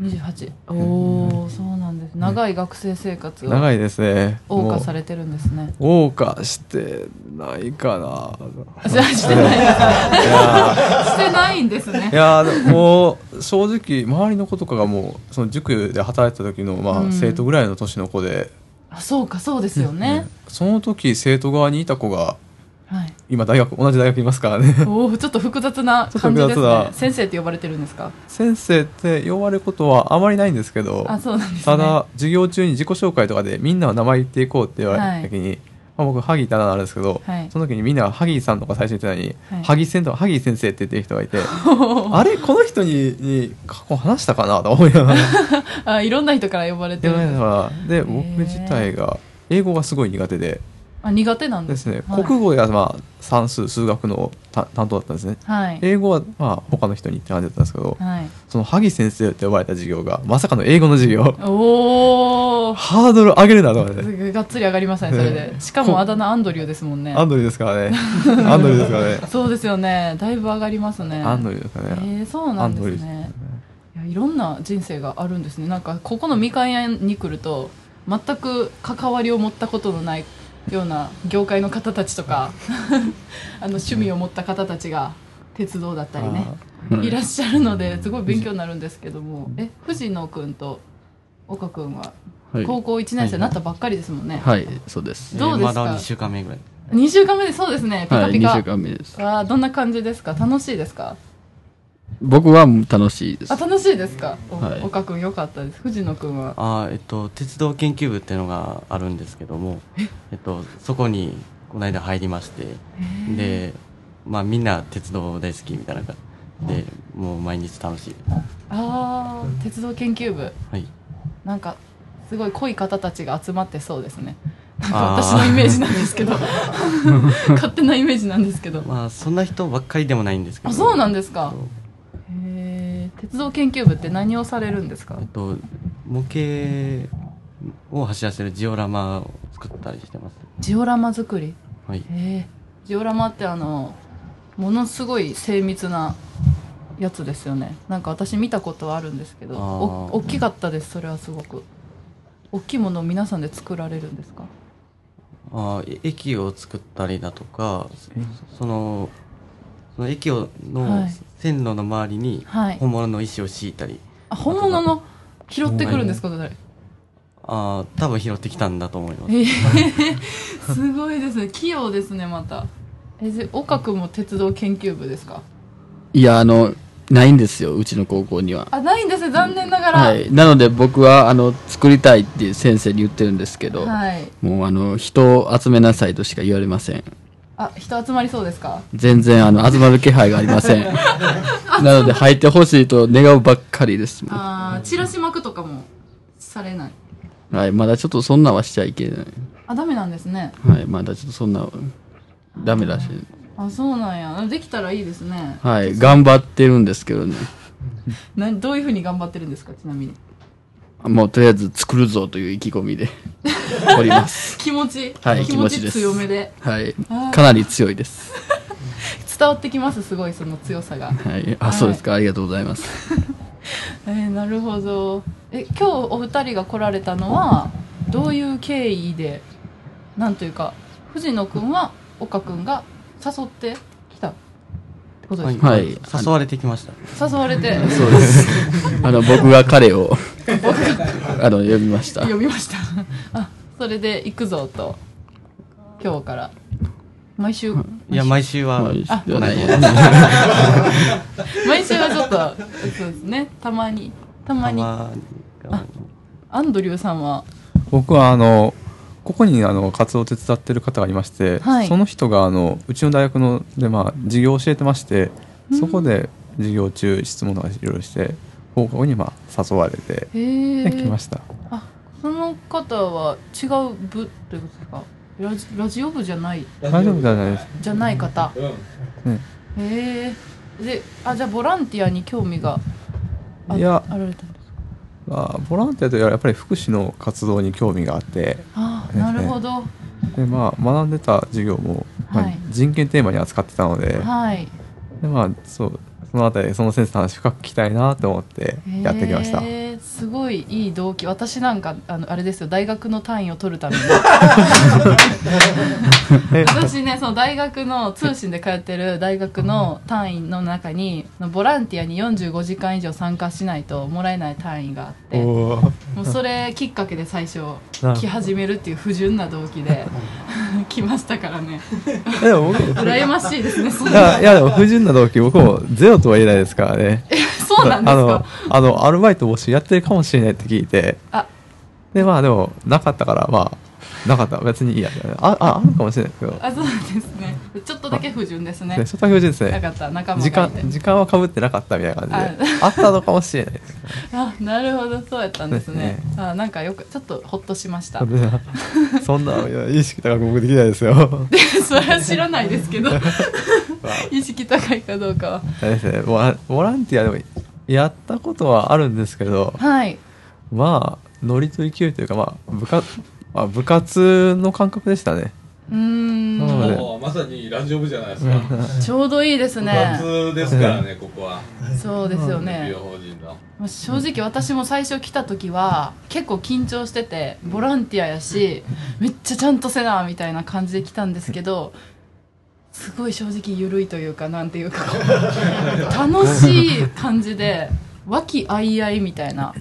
S3: 28おおそうなんです長い学生生活を
S7: 長いですね
S3: 謳
S7: も
S3: 歌
S7: う
S3: されてるんですね
S7: 謳歌してないかな
S3: あじゃあしてないです してないんです
S7: い
S3: ね
S7: やーでももう正直周りの子とかがもうその塾で働いてた時のま
S3: う
S7: あ
S3: ん
S7: 生徒ぐらいの年の子で、
S3: あそうかそうですよね、
S7: その時生徒側にいた子が
S3: はい
S7: 今大学同じ大学いますからね
S3: おおちょっと複雑な感じです
S7: ちょっと複雑
S3: ね
S7: な
S3: 先生って呼ばれてるんですか
S7: 先生って呼ばれることはあまりないんですけど
S3: あそうなんですね
S7: ただ授業中に自己紹介とかでみんなの名前言っていこうって言われた時に、まあ、僕萩田なんですけど、
S3: はい
S7: その時にみんなが萩さんとか最初言ってたのに、
S3: はい
S7: 萩先生とか萩先生って言ってる人がい てあれこの人にに過去話したかなと思いながら。
S3: あいろんな人から呼ばれて
S7: で
S3: るんです
S7: で
S3: ー
S7: 僕自体が英語がすごい苦手で
S3: あ苦手なんで
S7: ですすね、
S3: はい
S7: 国語やまあ算数数学のた担当だったんですね
S3: はい
S7: 英語はまあ他の人にって感じだったんですけど
S3: はい
S7: その萩先生って呼ばれた授業がまさかの英語の授業
S3: おお
S7: ハードル上げるなと思って
S3: がっつり上がりましたねそれでしかもあだ名アンドリューですもんね
S7: アンドリューですからねアンドリューですからね
S3: そうですよ ねだいぶ上がりますね
S7: アンドリューですからね
S3: えー、そうなんで
S7: アンドリューですす
S3: ねいやいろんな人生があるんですねなんかここのみかん屋に来ると全く関わりを持ったことのないような業界の方たちと かあの趣味を持った方たちが鉄道だったりねいらっしゃるのですごい勉強になるんですけどもえ藤野君と岡君は
S2: はい
S3: 高校1年生になったばっかりですもんね、
S2: はい、そうです。
S3: どうですか
S6: まだ2週間目ぐらい。
S3: 2週間目でそうですねピ
S2: は
S3: カ
S2: い、
S3: ピ
S2: 二
S3: カ、
S2: 週間目です。
S3: わあどんな感じですか楽しいですか
S2: 僕はもう楽しいです
S3: あ。楽しいですかお
S2: はい
S3: 岡君よかったです藤野君は
S6: あーえっと、鉄道研究部っていうのがあるんですけども、えっと、そこにこの間入りまして、で、まあみんな鉄道大好きみたいな感じで、もう毎日楽しい。
S3: ああ鉄道研究部
S6: はい。
S3: なんかすごい濃い方たちが集まってそうですねなんか
S6: あー
S3: 私のイメージなんです けど勝手なイメージなんですけど
S6: まあそんな人ばっかりでもないんですけど。
S3: あそうなんですか
S6: そう
S3: へえ鉄道研究部って何をされるんですか
S6: えっと、模型を走らせるジオラマを作ったりしてます。
S3: ジオラマ作り
S6: はい。
S3: へえジオラマってあのものすごい精密なやつですよねなんか私見たことはあるんですけど
S6: あー
S3: お大きかったですそれはすごく大きいものを皆さんで作られるんですか
S6: あーえ駅を作ったりだとかそそのその駅を
S3: は
S6: の
S3: い
S6: 線路の周りに
S3: はい
S6: 本物の石を敷いたり、
S3: あ本物の拾ってくるんですかそれ
S6: ああ多分拾ってきたんだと思います
S3: ええすごいですね器用ですねまたえじ岡君も鉄道研究部ですか
S2: いや、あの、ないんですよ、うちの高校には。
S3: あないんですね残念ながら
S2: は、い。なので僕は、あの、作りたいって先生に言ってるんですけど、
S3: はい
S2: もう、あの、人を集めなさいとしか言われません。
S3: あ人集まりそうですか
S2: 全然、あの、集まる気配がありま せん。なので、入ってほしいと願うばっかりです。は
S3: ああチラシ巻くとかもされない
S2: い。まだちょっとそんなんはしちゃいけない。
S3: あダメなんですね
S2: はい。まだちょっとそんな、ダメらしい。
S3: あそうなんやできたらいいですね
S2: はい。頑張ってるんですけどね。
S3: 何どういうふうに頑張ってるんですかちなみに
S2: もうとりあえず作るぞという意気込みでおります。
S3: 気持ち、
S2: はい
S3: 気持
S2: 気持ち
S3: ち
S2: です
S3: 強めで
S2: はい
S3: あー。
S2: かなり強いです。
S3: 伝わってきますすごいその強さが
S2: はい。あ、そうですか。ありがとうございます。
S3: えー、なるほどえ今日お二人が来られたのはどういう経緯でなんというか藤野くんは岡くんが誘ってきたってことですか、
S2: はい
S6: 誘われてきました。
S3: 誘われて
S2: そうです。あの、僕が彼を、 あの、呼びました。
S3: 呼びました あそれで行くぞと今日から毎週
S6: いや、毎週は
S2: まあ、いい
S3: あ
S2: でない
S6: こん
S3: 毎週はちょっとそうですねたまにたま
S6: た
S3: に
S6: まに
S3: アンドリューさんは
S7: 僕はあのここにあの活動を手伝ってる方がいまして、
S3: はい
S7: その人があのうちの大学ので、まあ、授業を教えてましてそこで授業中質問とかいろいろして放課後に、まあ、誘われて、
S3: へ
S7: で来ま
S3: ー
S7: した
S3: その方は違う部ということですかラジラジオ部じゃない
S7: 大丈夫じゃないです
S3: じゃない方
S7: うん
S3: へえであじゃあボランティアに興味があ
S7: いや
S3: あられたんですか
S7: まあ、ボランティアというよりはやっぱり福祉の活動に興味があって
S3: あ
S7: ね
S3: なるほど、
S7: で、まあ、学んでた授業も、まあ
S3: はい
S7: 人権テーマに扱ってたので,、
S3: はい
S7: でまあ、そうそのあたりその先生の話深く聞きたいなと思ってやってきました。
S3: へーすごいいい動機私なんかあのあれですよ大学の単位を取るた めに私ねその大学の通信で通ってる大学の単位の中にボランティアに45時間以上参加しないともらえない単位があっても
S7: おー
S3: うそれきっかけで最初
S7: なるほど
S3: 来始めるっていう不純な動機で来ましたから ね
S7: えでも 僕
S3: 羨ましいですねそ
S7: い
S3: んな
S7: や、いやでも不純な動機、僕もゼロとは言えないですからね。
S3: そうなんです
S7: あの
S3: か、
S7: あの、アルバイト募集やってるかもしれないって聞いて、
S3: あ
S7: で、まあでも、なかったから、まあ、なかった。別にいいや。あ、あ、あるかもしれないですけど、
S3: あそうなんですねちょっとだけ不純ですね
S7: ね、初対面です
S3: な
S7: ね
S3: か。った仲間
S7: 時
S3: がい
S7: 間
S3: て、
S7: 時間は被ってなかったみたいな感じで、あったのかもしれな いです。
S3: あなるほどそうやったんですね
S7: です
S3: あなんかよくちょっとほっとしました
S7: そんな、いや意識高く僕できない ですよ。
S3: それは知らないですけど 意識高いかどうかは
S7: あれですね、ボラボランティアでも、やったことはあるんですけど、
S3: はい
S7: まあ、ノリと勢いというか、まあ、部活、まあ、部活の感覚でしたね。
S3: うーん
S7: なので、
S1: もうまさにラジオ部じゃないですか。
S3: ちょうどいいですね
S1: 部活ですからね、ここは。
S3: そうですよ
S1: 美
S3: ね
S1: 容法人の。
S3: まあ正直私も最初来た時は結構緊張しててボランティアやしめっちゃちゃんとせなみたいな感じで来たんですけどすごい正直緩いというかなん ていうか楽しい感じで和気あいあいみたいな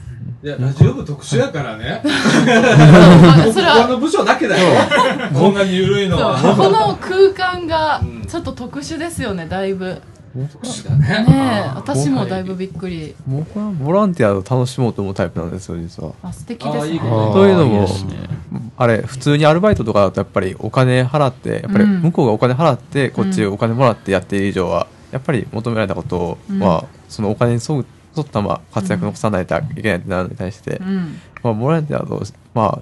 S3: い
S1: や、ラジオ部特殊やからね。
S3: あそれ
S1: 他
S3: は
S1: の部署だけだよ。こんなに緩いのは。
S3: そうこの空間が
S1: うん
S3: ちょっと特殊ですよねだいぶ
S1: 特殊だね。
S3: ねえ私もだいぶびっくり
S7: 僕はボランティアを楽しもうと思うタイプなんですよ、実は。
S3: あ素敵です
S1: あい
S3: ね
S1: いこと
S7: というのも
S2: あーですね
S7: あれ、普通にアルバイトとかだとやっぱりお金払って、やっぱり
S3: うん
S7: 向こうがお金払って、こっち
S3: うん
S7: お金もらってやっている以上は、やっぱり求められたことは、そのお金に沿う沿ったまあ活躍残さないといけないってなるのに対して、
S3: うん
S7: まあ、ボランティアだと、まあ、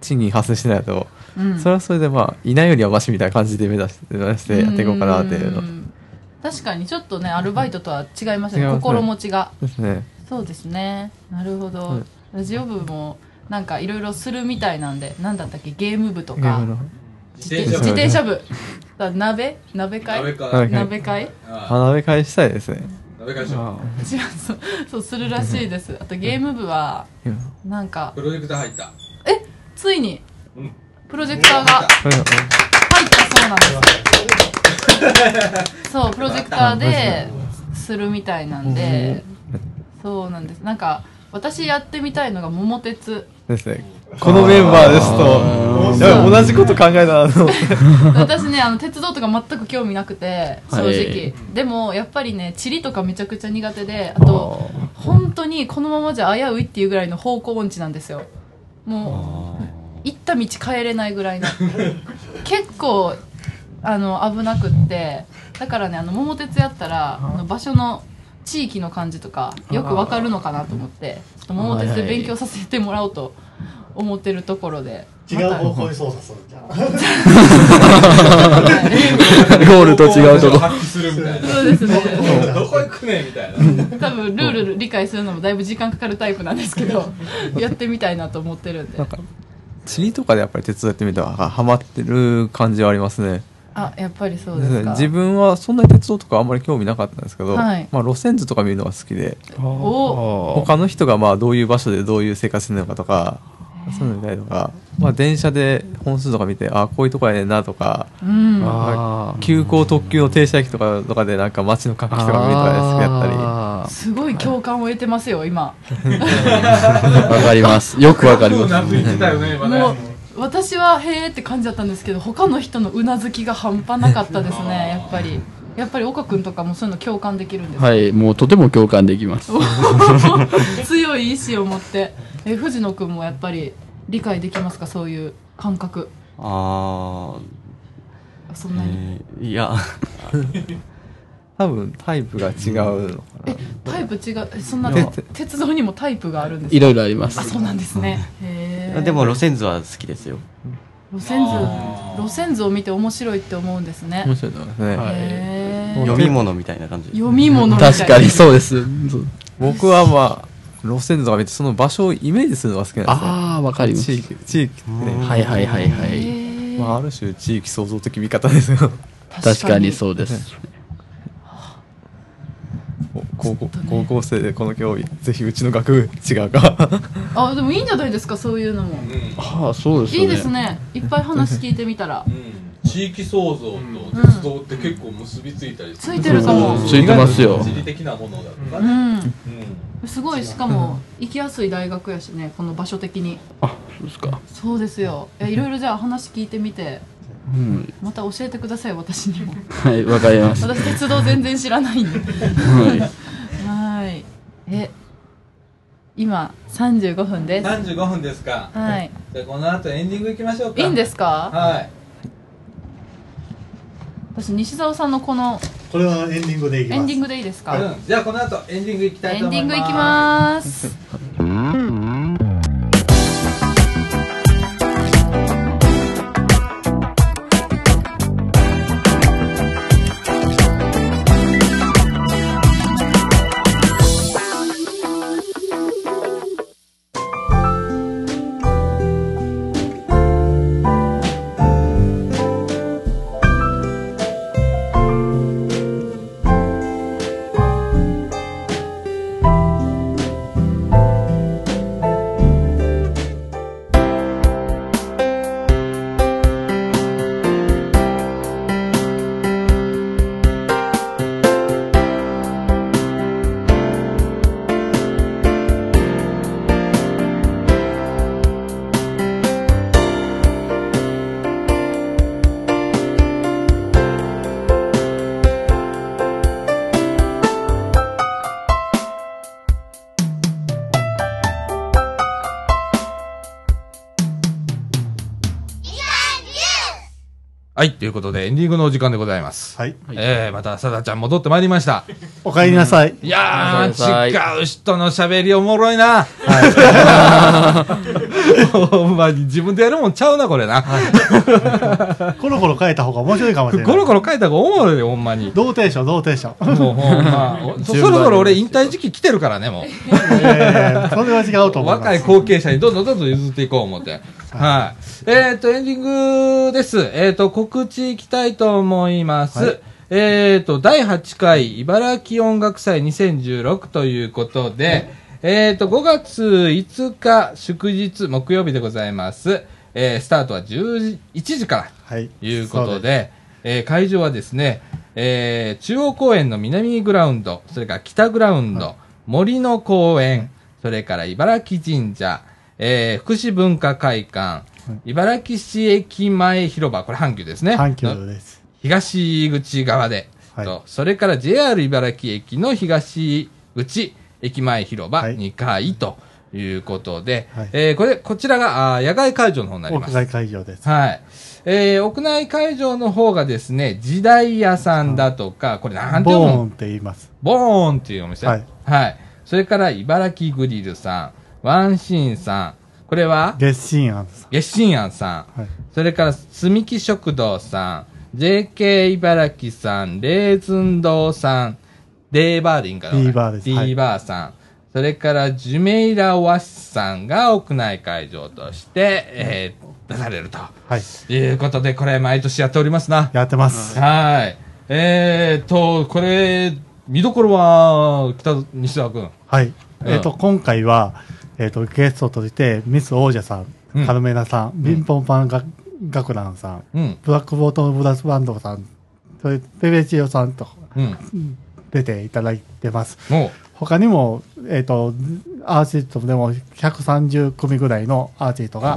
S7: 賃金発生しないと、
S3: うん
S7: それはそれでまあ、いないよりはマシみたいな感じで目指して、目指してやっていこうかなっていうの
S3: ん確かにちょっとねアルバイトとは違います
S7: 違い
S3: ね
S7: ますね
S3: 心持ちが
S7: ですね。
S3: そうですねなるほど、
S7: はい
S3: ラジオ部もなんかいろいろするみたいなんで何だったっけゲーム部と
S7: ゲー
S3: か
S7: ムの
S1: 自
S3: 自
S1: 転
S3: 転
S1: 車
S3: 自
S1: 部。
S3: 転車部だ鍋鍋会
S1: 鍋か。
S7: 鍋会
S3: 鍋会
S1: あ
S7: 花火会したいですね。
S1: 鍋会社。
S3: 違うそうそうするらしいですあとゲーム部はなんか
S1: プロジェクター入った。
S3: ついに
S1: うん
S3: プロジェクターが入ったそうなんですそうプロジェクターでするみたいなんでそうなんですなんか私やってみたいのが桃鉄
S7: ですね。このメンバーですと、やばい同じこと考えたなと思って。
S3: 私ねあの鉄道とか全く興味なくて正直、
S2: はい
S3: でもやっぱりね地理とかめちゃくちゃ苦手であと本当にこのままじゃ危ういっていうぐらいの方向音痴なんですよもう行った道帰れないぐらいの結構あの危なくってだからねあの桃鉄やったらあの場所の地域の感じとかよくわかるのかなと思ってちょっと桃鉄で勉強させてもらおうと思ってるところで
S5: 違
S3: ま
S5: う
S3: た
S5: 方向に操作するじゃん。
S2: ゴールと違うとこ。
S1: 発揮するみたいな。
S3: そうですね。
S1: どこ行くねんみたいな。
S3: 多分ルール理解するのもだいぶ時間かかるタイプなんですけど、やってみたいなと思ってるんで
S7: なん。か釣りとかでやっぱり手伝ってみたらはハマってる感じはありますね
S3: あ、やっぱりそうですか。
S7: 自分はそんなに鉄道とかあんまり興味なかったんですけど、
S3: はい
S7: まあ、路線図とか見るのが好きで
S3: お、
S7: 他の人がまあどういう場所でどういう生活してるのかとかそういうの見たりとか、まあ、電車で本数とか見てあこういうとこやねんなとか
S3: うん。
S7: あ急行特急の停車駅とかとかでなんか街の活気とか見たら好きやったり
S3: すごい共感を得てますよ、今。
S2: わかります。よくわかり
S1: もう
S2: ま
S1: なん
S2: す。
S1: と言ってたよね、今ね。
S3: もう、私はへーって感じだったんですけど、他の人のうなずきが半端なかったですね、やっぱり。やっぱり岡くんとかもそういうの共感できるんですか
S2: はい、もうとても共感できます。
S3: 強い意志を持って。え、藤野くんもやっぱり理解できますか、そういう感覚。
S6: あ
S3: そ
S6: あ、
S3: んなに。
S6: えーいや、
S7: 多分タイプが違うのかな
S3: タイプ違う、えそんな
S7: で
S3: 鉄道にもタイプがあるんですか
S2: いろいろありま
S3: あ、
S2: す。
S3: そうなんですね。へー
S6: でも路線図は好きですよ。
S3: 路線図
S1: あー
S3: 路線図を見て面白いって思うんですね
S7: 面。白いと思いますね、
S3: へー
S6: 読み物みたいな感じです。
S3: 読み物みたいな
S2: 確かにそうです。そう
S7: 僕はまあ路線図とか見てその場所をイメージするのが好きなんですね
S2: ああ、わかります。
S7: 地域地域ってね、
S2: はいはいはいは
S3: へ
S2: い。
S3: ー
S7: まあ、ある種地域創造的見方ですよ
S2: 確かにそうです。
S7: 高校高校生でこの競技ぜひうちの学部違うか
S3: あでもいいんじゃないですかそういうのも、
S2: ああ、そうですね。
S3: いいですねいっぱい話聞いてみたら
S1: うん地域創造と鉄道って結構結びついたりす
S3: つ
S1: る
S3: いてるかも
S2: ついてますよ。
S1: 地理的なものだとか
S3: う
S1: ね。
S3: ん
S1: うん
S3: すごいしかも行きやすい大学やしねこの場所的に
S2: あ、そうですか。
S3: そうですよえいろいろじゃあ話聞いてみて
S2: うん。
S3: また教えてください私にも
S2: はい、わかります。
S3: 私鉄道全然知らないんで
S2: は
S3: はいえ今35分です
S1: 35分ですか。
S3: はい
S1: じゃあこの後エンディング行きましょうか。
S3: いいんですか
S1: はい。
S3: 私西澤さんのこの
S5: これはエンディングでいきます
S3: エンディングでいいですか、
S1: うんじゃあこの後エンディング行きたい
S3: エ
S1: と
S3: ン
S1: 思
S3: デ
S1: い
S3: ィン
S1: ます。
S3: グいきます
S1: はい、ということでエンディングのお時間でございます。
S5: はい
S1: えー、また、さだちゃん戻ってまいりました。
S5: おかえりなさい
S1: いや
S2: ごめんなさい
S1: ー、違う人の喋りおもろいな。 ほんまに自分でやるもんちゃうな、これな。
S5: コロコロ変えた方が面白いかもしれない
S1: ゴロゴロ書いた方がおもろいよ、ほんまに。
S5: ローテーションローテーション
S1: もうほん ま、おそそろそろ俺引退時期来てるからね、もう。
S5: いやいやいやそれは違うと思います
S1: 若い後継者にどんどんどんどん譲っていこう思って。はい。えっ、と、エンディングです。えっ、と、告知いきたいと思います。えっ、と、第8回茨城音楽祭2016ということで、えっ、と、5月5日祝日木曜日でございます。えースタートは10時、1時から
S5: はい
S1: ということで、えー会場はですね、えー中央公園の南グラウンド、それから北グラウンド、森の公園、それから茨城神社、えー福祉文化会館、茨城市駅前広場、これ阪急ですね。
S5: 阪急
S1: の
S5: です
S1: 東口側で、
S5: はい
S1: とそれから JR 茨城駅の東口駅前広場
S5: はい
S1: 2階ということで、
S5: はい
S1: えーこれ、こちらがあー野外会場の方になり
S5: 屋
S1: ます。
S5: 外会場です
S1: はい。えー屋内会場の方がですね、時代屋さんだとか、これなんて読
S5: ボ
S1: む
S5: ーン
S1: の
S5: って言います
S1: ボーンっていうお店。は
S5: はいい。
S1: それから、茨城グリルさん、ワンシーンさん、これは
S5: 月心庵さん。
S1: 月新庵さん、
S5: はい
S1: それから住木食堂さん JK 茨城さんレーズン堂さんデーバーでいいんかな
S5: D バーです
S1: ディ
S5: はい
S1: ーバーさん、それからジュメイラ・オアシスさんが屋内会場として、えー出されると
S5: はい。
S1: いうことでこれ毎年やっておりますな
S5: やってます。
S1: はいえー、とこれ見どころは北西沢君
S5: はい。
S1: うん
S5: えっと、今回は、えっと、ゲストとして、ミス王者さん
S1: うん、
S5: カルメナさん、ビンポンパンが学団さん、
S1: うん
S5: ブラックボートブラスバンドさん、それペペチオさんと
S1: うん
S5: 出ていただいてます。
S1: も
S5: 他にも、えっ、と、アーティストでも130組ぐらいのアーティス トが、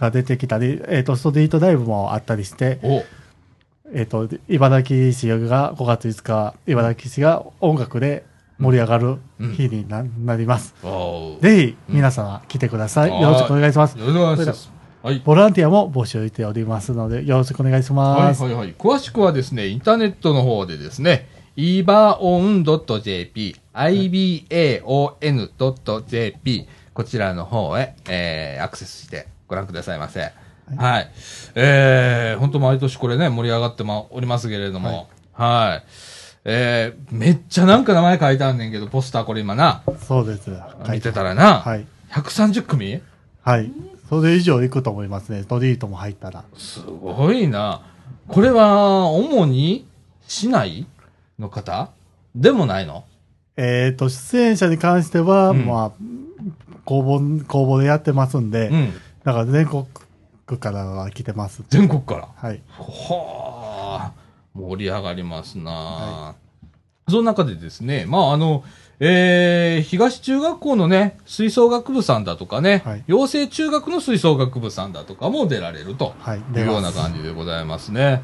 S5: が出てきたり、えっ、と、ストリートライブもあったりして、
S1: うお
S5: えっ、と、茨城市が5月5日、茨城市が音楽で盛り上がる日にな,、なります。
S1: お
S5: ぜひ、皆様来てください。
S1: うん
S5: よろしくお願いします。
S1: よろしくお願いしますはい
S5: ボランティアも募集しておりますので、よろしくお願いし
S1: は
S5: ま
S1: い
S5: す。
S1: はいはい。詳しくはですね、インターネットの方でですね、ibaon.jp、ibaon.jp、こちらの方へ、えーアクセスしてご覧くださいませ。はい。えー、本当毎年これね、盛り上がってまおりますけれども、はい。えー、めっちゃなんか名前書いてあんねんけど、ポスターこれ今な、
S5: そうです。
S1: 見てたらな、
S5: はい。
S1: 130組
S5: はい。それ以上いくと思いますね。ストリートも入ったら。
S1: すごいな。これは、主に、市内の方でもないの
S5: えっ、と、出演者に関しては、
S1: うん
S5: まあ、公募、公募でやってますんで、
S1: うん。
S5: だから全国区からは来てます。
S1: 全国から。
S5: はい。
S1: はあ、盛り上がりますな、その中でですね、まああの、えー、東中学校のね、吹奏楽部さんだとかね、
S5: はい
S1: 養成中学の吹奏楽部さんだとかも出られると
S5: はい
S1: い
S5: 出
S1: う
S5: ます
S1: ような感じでございますね。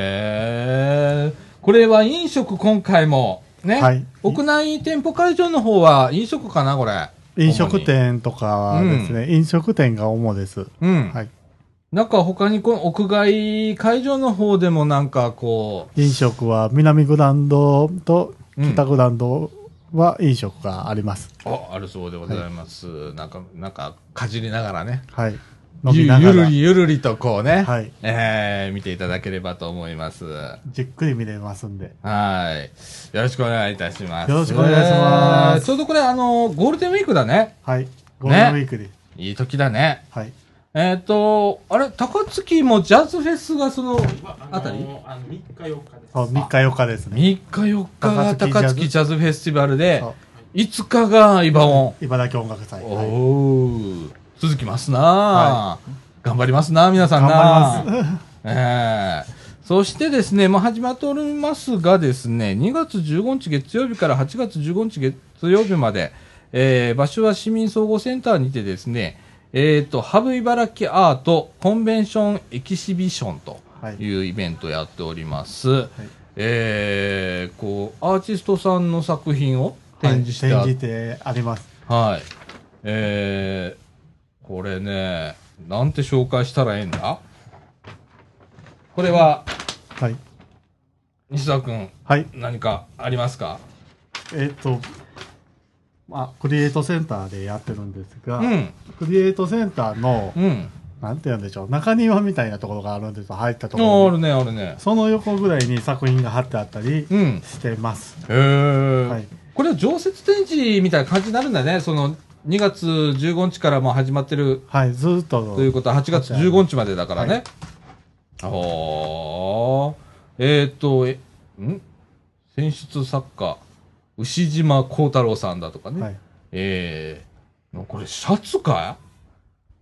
S1: えー、これは飲食今回も、ね、
S5: はい
S1: 屋内店舗会場の方は飲食かな、これ。
S5: 飲食店とかはですね、飲食店が主です。
S1: 主に。うん。
S5: はい。
S1: なんか他にこの屋外会場の方でもなんかこ
S5: 飲食は南グランドと
S1: うん
S5: 北グランドは飲食があります。
S1: う、あ、あるそうでございます。なんか、なんか、かじりながらね。
S5: はい。飲
S1: ゆ
S5: みなが
S1: ゆる
S5: ら、
S1: りゆるりとこうね、
S5: はい
S1: えー見ていただければと思います。は
S5: じっくり見れますんで。
S1: い。よろしくお願いいたします。
S5: よろしくお願いしま
S1: えー
S5: す
S1: ちょうどこれ、あの、ゴールデンウィークだね。
S5: はい。ゴールデンウィークで、
S1: いい時だね。
S5: はい。
S1: えっ、と、あれ、高槻もジャズフェスがその、あたり
S4: あの3日4日です
S5: そう、3日4日ですね。
S1: 3日4日が高
S5: 高
S1: 槻
S5: 槻
S1: ジャズフェスティバルで
S5: そう、
S1: 5日がイバオン。
S5: 茨城音楽祭。はい
S1: おー続きますな、頑張りますな皆さんな
S5: 頑張
S1: りますええそしてですね、まあ、始まっておりますがですね2月15日月曜日から8月15日月曜日まで、えー場所は市民総合センターにてですねえっ、と、ハブ茨城アートコンベンションエキシビションというイベントをやっております。えーこう、アーティストさんの作品を展示してあ
S5: は
S1: っ
S5: い展示てあります。
S1: はい。えー、これね、なんて紹介したらええんだこれは、
S5: はい。
S1: 西田君、
S5: はい。
S1: 何かありますか
S5: えっと、まあ、クリエイトセンターでやってるんですが、
S1: うん、
S5: クリエイトセンターの、
S1: うん。
S5: なんて言うんでしょう、中庭みたいなところがあるんですよ、入ったとこ
S1: ああ
S5: ろに。
S1: るね、あるね。
S5: その横ぐらいに作品が貼ってあったり
S1: うん。
S5: してます。
S1: へえ、
S5: はい
S1: これは常設展示みたいな感じになるんだね。その、2月15日からもう始まってる
S5: はい、ずーっと。
S1: ということは8月15日までだから
S5: は
S1: ね
S5: い。
S1: はあ。えっ、と、え、ん選出作家、牛島幸太郎さんだとかね。
S5: はい。
S1: ええこれシャツかい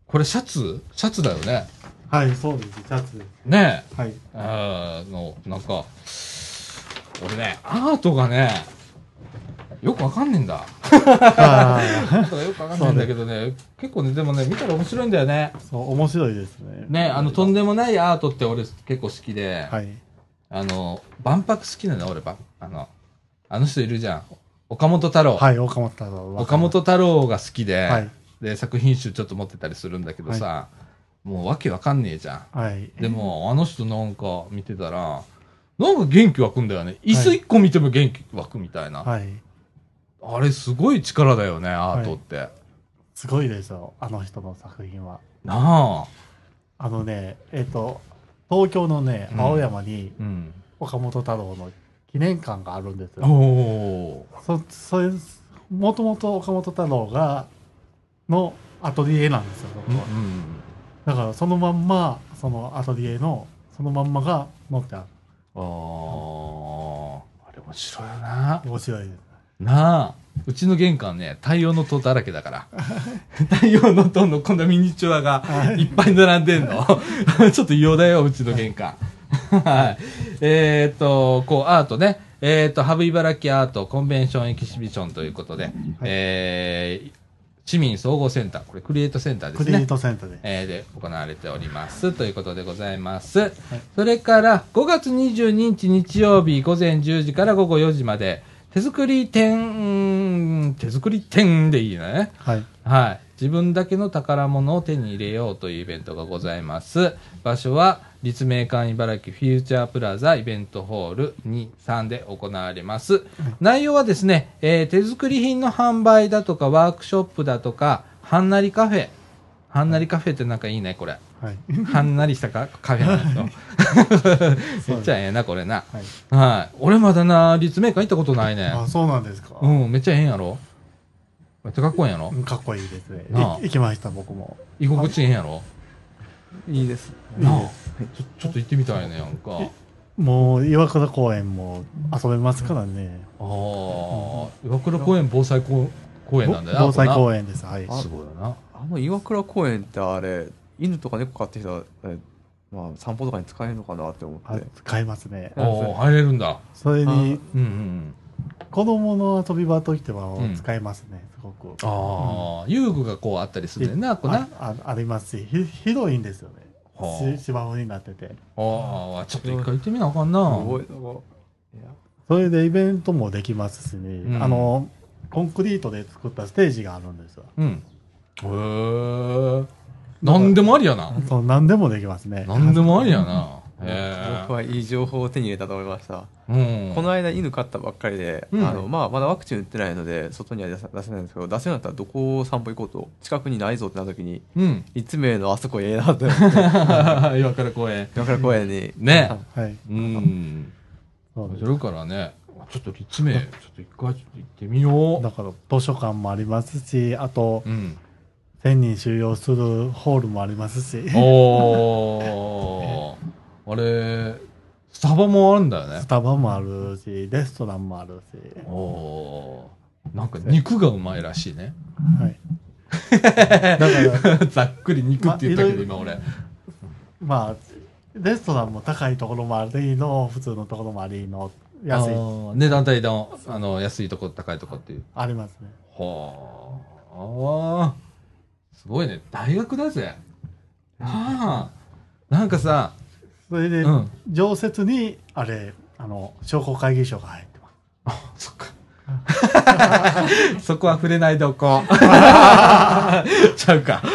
S1: これシャツシャツだよね。
S5: はい、そうです。シャツです。
S1: ねえ。
S5: はい。
S1: あの、なんか、俺ね、アートがね、よくわかんねえんだ。
S5: あ
S1: アートがよくわかんねえんだけどね、結構ね、でもね、見たら面白いんだよね。
S5: ー そう、面白いですね。
S1: ね、あの、とんでもないアートって俺結構好きで、
S5: はい。
S1: あの、万博好きなの俺ば、あの、あの人いるじゃん。岡本太郎。
S5: はい、岡本太郎。
S1: 岡本太郎が好きで、
S5: はい
S1: で、作品集ちょっと持ってたりするんだけどさ、もうわけわかんねえじゃ
S5: はい。
S1: ん。でも、あの人なんか見てたら、なんか元気湧くんだよね。椅子一個見ても元気湧くみたいな。
S5: はい。
S1: あれすごい力だよね、アートって。
S5: すごいですよ、あの人の作品は。
S1: なあ。
S5: あのね、えっと、東京のね、
S1: うん
S5: 青山に
S1: うん。
S5: 岡本太郎の記念館があるんです
S1: お
S5: よ。
S1: お。
S5: そそれもともと岡本太郎がのアトリエなんですよ、そこ
S1: うんう
S5: は
S1: ん。
S5: だからそのまんま、そのアトリエのそのまんまが載ってある。
S1: ああ。あれ面白いよな。
S5: 面白いです。
S1: なあ。うちの玄関ね、太陽の塔だらけだから。 太陽の塔のこんなミニチュアがいっぱい並んでんの。 ちょっと異様だよ、うちの玄関。はい。えーっと、こう、アートね。えーっと、ハブ茨城アートコンベンションエキシビションということで、えー市民総合センター、これクリエイトセンターです
S5: ク
S1: ね。
S5: リエイトセンターで。
S1: えーで行われておりますということでございます、それから5月22日日曜日午前10時から午後4時まで手作り展うん手作り展でいいね
S5: はい。
S1: はい自分だけの宝物を手に入れようというイベントがございます場所は立命館茨城フューチャープラザイベントホール23で行われます内容はですね、えー手作り品の販売だとかワークショップだとかはんなりカフェはんなりカフェってなんかいいねこ れ
S5: はい。
S1: はんなりしたかカフェなんの めっちゃええなこれな
S5: はい。
S1: はい俺まだな立命館行ったことないね
S5: あ、そうなんですか。
S1: うんめっちゃええんやろめっちゃかっこいいんやろ
S5: うんかっこいいですね。い
S1: なあ
S5: 行きました、僕も。
S1: 居心地ええんやろ
S7: いいです。
S1: なあちょちょっと行ってみたいねなんか
S5: もう、岩倉公園も遊べますからね。
S1: ああ岩倉公園防災公公園なんだよな
S5: ぼ防災
S1: 園
S5: 公園です。はい。
S1: すごいよな
S7: あの岩倉公園ってあれ、犬とか猫飼ってきたら、えまあ、散歩とかに使えるのかなって思
S5: あ
S7: って。
S5: 使えますね。
S1: おお入れるんだ
S5: そ
S1: う
S5: れに、
S1: んうんうん
S5: 子供の遊び場としては
S1: うん
S5: 使えますね、すごく。
S1: ああ遊具がこうあったりするんだよなこうな
S5: ああありますし、ひ広いんですよ
S1: はあ
S5: ね。し芝生になってて。
S1: ああ、ちょっと一回行ってみなあかんな。
S7: すごい。
S5: それでイベントもできますし
S1: う
S5: ね。
S1: ん
S5: あの、コンクリートで作ったステージがあるんですよ。
S1: うん。へえ。なんでもありやな。
S5: そう何でもできますね。
S1: なんでもありやな。へ
S7: 僕はいい情報を手に入れたと思いました。
S1: え。うん。
S7: この間犬飼ったばっかりで、
S1: うん
S7: あのまあ、まだワクチン打ってないので外には出さ出せないんですけど出せるんだったらどこを散歩行こうと近くにないぞってなった時に
S1: うん。
S7: 立命のあそこええなって思って
S1: 岩倉公園。
S7: 岩倉公園に
S1: ね
S5: はい。
S1: うん。
S5: そうです
S1: それからね、ちょっと立命、ちょっと一回ちょっと行ってみよ
S5: だから図書館もありますし、あと
S1: う。う、ん。
S5: 1000人収容するホールもありますし、
S1: おー。あれ、スタバもあるんだよね
S5: ス。タバもあるし、レストランもあるし、
S1: おー。なんか肉がうまいらしいね。
S5: はい。だから、
S1: ざっくり肉って言ったけど、今俺。
S5: まあ、レストランも高いところもありの、普通のところもありの、安い
S1: あ、ー値段帯のあの安いとこ高いとこっていう
S5: ありますね。
S1: はああーすごいね大学だぜはあなんかさ
S5: それで、
S1: うん
S5: 常設に、あれ、あの、商工会議所が入ってます。
S1: そっか そこは触れないどこ ちゃうか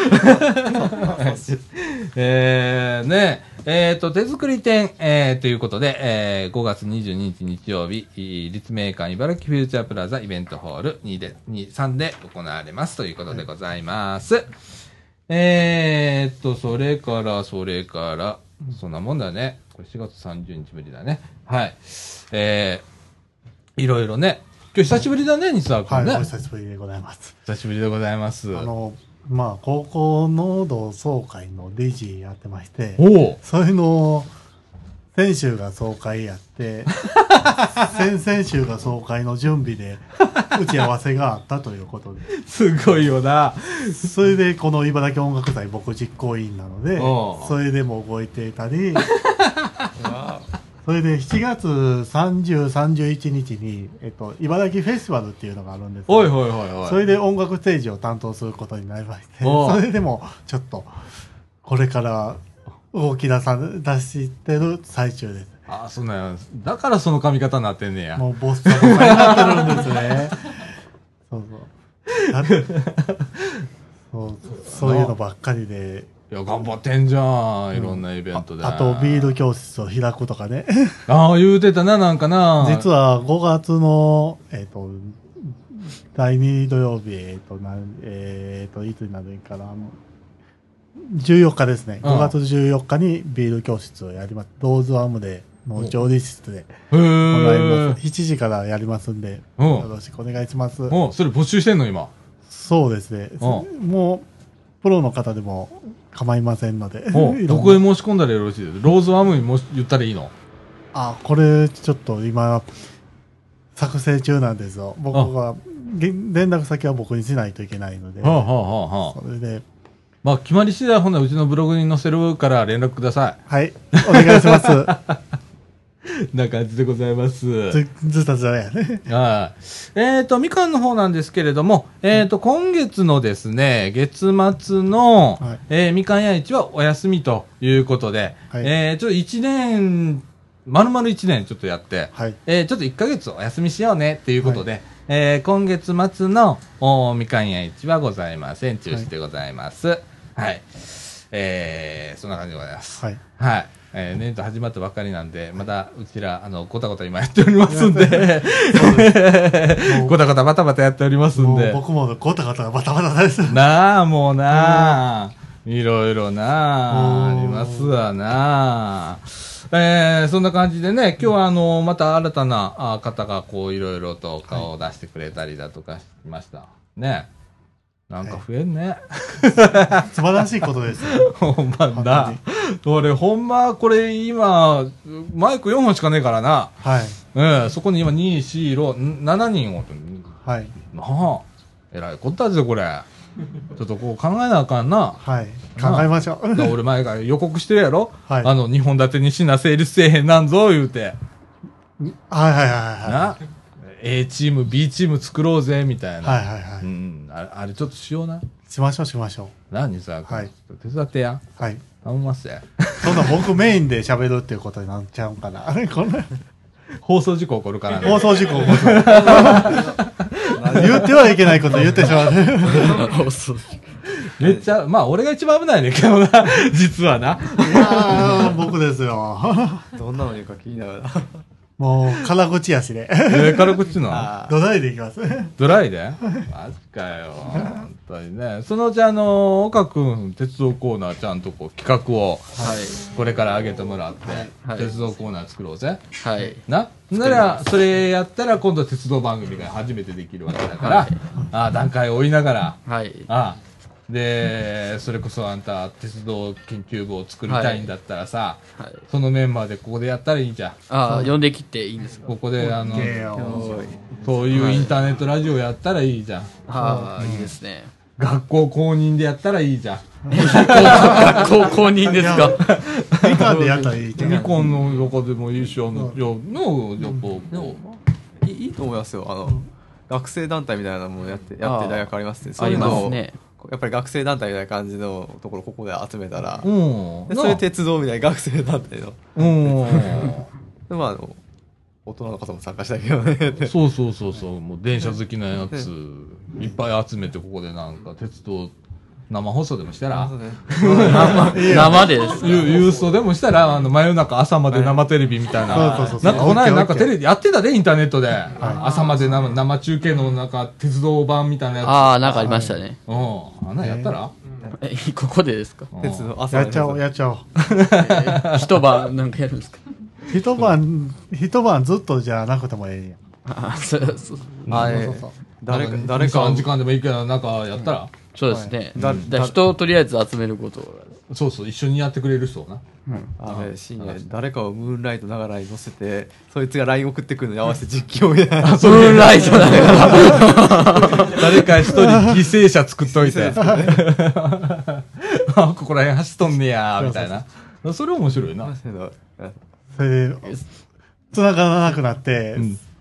S1: えー、ねえー、と手作り展、えーということで、えー5月22日日曜日いい立命館茨城フューチャープラザイベントホール2で2 3で行われますということでございます、えー、っと、それから、それから、そんなもんだね。これ4月30日ぶりだね。はい。えー、いろいろね。今日久しぶりだね、西沢
S5: は
S1: 君
S5: い、
S1: ね。
S5: お久しぶりでございます。
S1: 久しぶりでございます。
S5: あ
S1: お
S5: の、まあ、高校の同窓会の理事やってまして、
S1: お
S5: そういうのを、先週が総会 やって、先々週が総会の準備で、打ち合わせがあったということで。
S1: すごいよな。
S5: それで、この茨城音楽祭、僕実行委員なので
S1: おう、
S5: それでも動いてい たり、 それで7月30、31日に、えっと、茨城フェスティバルっていうのがあるんですよ
S1: おいおいおいおい。
S5: それで音楽ステージを担当することになりまして、
S1: おう
S5: それでもちょっと、これから動き出さ、出してる最中です。
S1: あー、そうなんや。だからその髪型になってんねや。
S5: もうボスとかになってるんです ね。そうそう。だってそうそういうのばっかりで。
S1: いや、頑張ってんじゃん。いろんなイベントで。
S5: あと、ビール教室を開くとかね。
S1: ああ、言うてたな、なんかな。
S5: 実
S1: は。
S5: は5月の、えっ、と、第2土曜日、えっ、と、なんえっ、と、いつになるんかな、あの14日ですね。
S1: うん
S5: 5月14日にビール教室をやります。ローズワームで、の調理室で
S1: へ
S5: 行いま
S1: ー
S5: す。7時からやりますんで、
S1: うん
S5: よろしくお願いします。
S1: おそれ募集してんの今
S5: そうですね。もう、プロの方でも構いませんので。
S1: お
S5: いろんな
S1: どこへ申し込んだらよろしいですローズワームにもし言ったらいいの
S5: あ、これ、ちょっと今、作成中なんですよ。僕が、げ連絡先は僕にしないといけないので。
S1: はあはあはあはあ
S5: それで、
S1: まあ決まり次第ほんならうちのブログに載せるから連絡くださ
S5: はい、お願いします。
S1: いな感じでございます
S5: ず、ずたずただよね。
S1: はい。えっ、と、みかんの方なんですけれども、えっ、と、今月のですね、月末の、
S5: はい
S1: えーみかん屋市はお休みということで、
S5: はい
S1: えーちょっと1年、丸々1年ちょっとやって、
S5: はい。
S1: えーちょっと1ヶ月お休みしようねっていうことで、えー今月末のおーみかん屋市はございません。中止でございます。はい。えーそんな感じでございます。
S5: はい。
S1: はい。えー、年度始まったばかりなんで、まだうちら、あの、ごたごた今やっておりますんで、ごたごたバタバタやっておりますん
S5: もう
S1: で、
S5: 僕もごたごたバタバタです。
S1: なあ、もうなあ、いろいろなあ、
S5: うん
S1: ありますわなあ。えー、そんな感じでね、今日はあの、また新たなあ方がこう、いろいろと顔を出してくれたりだとかしました。ね。なんか増えんね。
S5: 素晴らしいことです。
S1: ほんまな。俺、ほんま、これ今、マイク4本しかねえからな。
S5: はい。
S1: うん、そこに今、2、4、6、ん7人おる。
S5: はい。
S1: なあ。えらいことだぜ、これ。 ちょっとこう考えなあかんな。
S5: はい。考えましょ
S1: だから
S5: う。
S1: 俺前から予告してるやろ、
S5: はい
S1: あの、2本立てにしな成立せえへんなんぞ、言うて。
S5: はいはいはいは
S1: な。A チーム、B チーム作ろうぜ、みたい
S5: い。
S1: な。
S5: はいはいは
S1: うん、あれ、あれちょっとしような。
S5: い。しましょうしましょ
S1: な、西沢君。
S5: はい
S1: ちょっと手伝ってや。
S5: う。はい。
S1: 頼みます よ。
S5: そんな僕メインで喋るっていうことになっちゃうんかな。 あれこんな。
S1: 放送事故起こるからね。
S5: 放送事故起こる言ってはいけないこと言ってしまうね。
S1: めっちゃ、まあ、俺が一番危ないねんけどな、実は な。
S5: あー僕ですよ。
S2: どんなの言うか聞いながら。
S5: もう、辛口やしね。
S1: 上からこっちの
S5: 土台でいきます。
S1: ドライでマジかよ。本当にね。そのうち、あの、岡くん、鉄道コーナーちゃんとこう企画を、これから上げてもらって、
S2: はい
S1: 鉄道コーナー作ろうぜ。
S2: はい。はい。
S1: ななら、それやったら今度鉄道番組が初めてできるわけだから、
S2: はい
S1: ああ、段階を追いながら、
S2: はい。
S1: ああで、それこそあんた、鉄道研究部を作りたいんだったらさ、
S2: はい。
S1: そのメンバーでここでやったらいいじゃん。
S2: ああ、呼んできていいんですか
S1: ここで、あの、
S5: ええよ
S1: そういうインターネットラジオやったらいいじゃん。
S2: ああ、いいですね。
S1: 学校公認でやったらいいじゃん。
S2: 学校公認ですか
S5: みかんでやったらいいけど
S1: ニ。コンの横でもいいし、あの、いや、の、やっぱ、こう
S7: いいいと思いますよあの、学生団体みたいなのもやってやってる大学ありますね
S2: ありますね。
S7: そういうのをやっぱり学生団体みたいな感じのところここで集めたら、
S1: うん。
S7: でそれ
S1: な
S7: 鉄道みたいな学生団体の
S1: う
S7: でまああの大人の方も参加したいけどね
S1: ん。 そうそうそうそう。もう電車好きなやつ、いっぱい集めて、ここでなんか、鉄道、生放送でもしたら、
S2: 生でですか
S1: ゆ郵送でもしたら、あの、真夜中朝まで生テレビみたいな。
S5: そうそうそ
S1: な
S5: う
S1: んかこの間なんかテレ
S5: ビ。
S1: ビやってたで、インターネットで。朝まで生生中継のなんか、鉄道版みたいなやつ。
S2: ああ、なんかありましたね。
S1: うん。あんなんやったら
S2: え、ここでですか
S1: うん
S7: 鉄道朝
S5: や
S7: ま
S5: っ
S7: で
S5: ちゃおう、やっちゃおう。
S2: 一晩なんかやるんですか
S5: 一晩、一晩ずっとじゃなくてもええんや
S2: ああ、 そうそう。
S7: あれ誰か誰か
S1: 3時間でもいいけど、なんかやったら、
S2: そうですね。
S7: だ
S2: だから人をとりあえず集めることを
S1: そうそう、一緒にやってくれる人をな。
S7: あれ深夜誰かをムーンライトながらに乗せてそいつが LINE 送ってくるのに合わせて実況みた いな
S2: ムーンライトだから。
S1: 誰か一人犠牲者作っといて。 あ、ここら辺走っとんねや、みたいな。それ面白いな。
S7: そういうの
S5: それで、繋がらなくなって、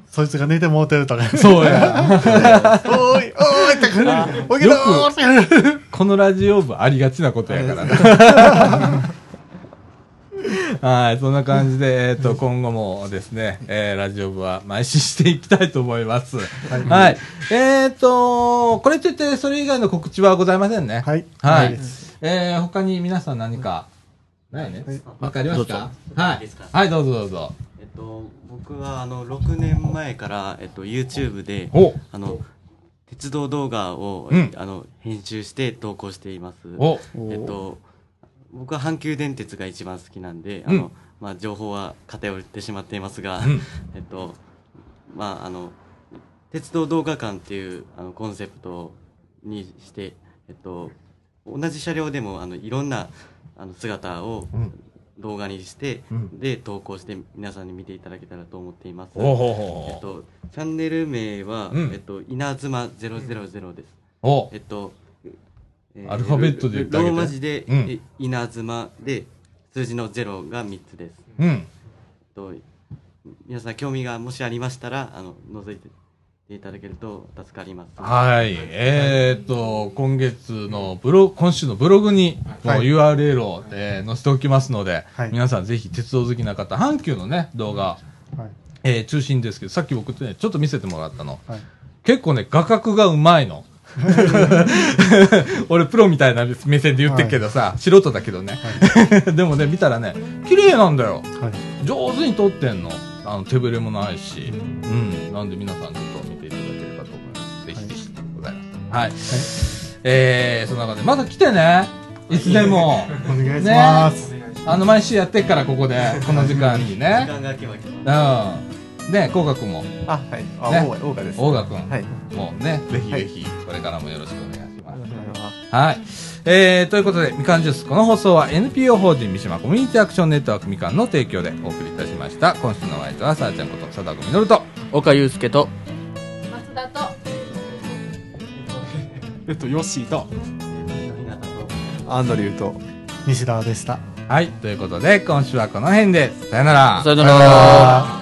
S5: そいつが寝てもうてるとか。
S1: そうや。
S5: おーい、おーいってくる。おいけどーって。
S1: このラジオ部ありがちなことやからね。 はい、そんな感じで、えっ、と、今後もですね、えーラジオ部は毎週していきたいと思います。はい。えっ、と、これといって、それ以外の告知はございませんね。
S5: はい
S1: は
S5: ない
S1: い
S5: で。
S1: えー、他に皆さん何か、ないね。わかりますか
S6: い
S1: はい
S6: ですか。
S1: はい、どうぞどうぞ。
S6: えっと、僕はあの6年前から、えっと、YouTube で
S1: お
S6: あの鉄道動画を、
S1: うん
S6: あの編集して投稿しています。
S1: お
S6: えっと、僕は阪急電鉄が一番好きなんで、
S1: うん
S6: あの、まあ、情報は偏ってしまっていますが、
S1: ん
S6: えっと、まあ、あの、鉄道動画館っていうあのコンセプトにして、えっと、同じ車両でも、あの、いろんな、あの、姿を
S1: うん
S6: 動画にして、
S1: うん
S6: で、投稿して皆さんに見ていただけたらと思っています。
S1: おほ
S6: えっ
S1: ほ
S6: と、チャンネル名は、
S1: うん
S6: えっと、稲妻000です。
S1: お
S6: えっと、え
S1: アルファベットで言ってあげて
S6: ローマ字で、
S1: うん
S6: え稲妻で、数字の0が3つです。え
S1: うん
S6: っと、皆さん興味がもしありましたら、あの、覗いていただけると助かります。
S1: はい。えーっと、今月のブログ、今週のブログに、もう
S5: はい
S1: URL を、えー載せておきますので、
S5: はい
S1: 皆さんぜひ鉄道好きな方、阪急のね、動画、
S5: はい。
S1: えー中心ですけど、さっき僕ね、ちょっと見せてもらったの。
S5: はい。
S1: 結構ね、画角がうまいの。 俺、プロみたいな目線で言ってるけどさ、素人だけどね。 でもね、見たらね、綺麗なんだよ。
S5: はい。
S1: 上手に撮ってんの。あの、手ぶれもないし。うん。なんで皆さんちょっと見ていただければと思います。ぜひぜひでございます。はい。えー、その中で、まだ来てね。いつでも。
S5: お願いします。
S1: あの、毎週やってっから、ここで、この時間に
S6: 時
S1: ね。
S6: 間が空けば空けば
S1: うん。ね、こうかくんも、
S8: あ、はい。あ、
S1: ね
S8: オーガオーガです。
S1: 大河くん。
S8: はい。
S1: もうね、ぜひぜひ、これからもよろしくお願いします。
S8: あ
S1: はい。えー、ということで、みかんジュース、この放送は NPO 法人三島コミュニティアクションネットワークみかんの提供でお送りいたしました。今週のワイドは、さあちゃんこと、さだこみのると、
S2: 岡祐介と
S3: 松田と
S4: えっと、ヨッシーと。
S7: アンドリューと
S5: 西田でした。
S1: はい。ということで、今週はこの辺で、さよなら。
S2: さよなら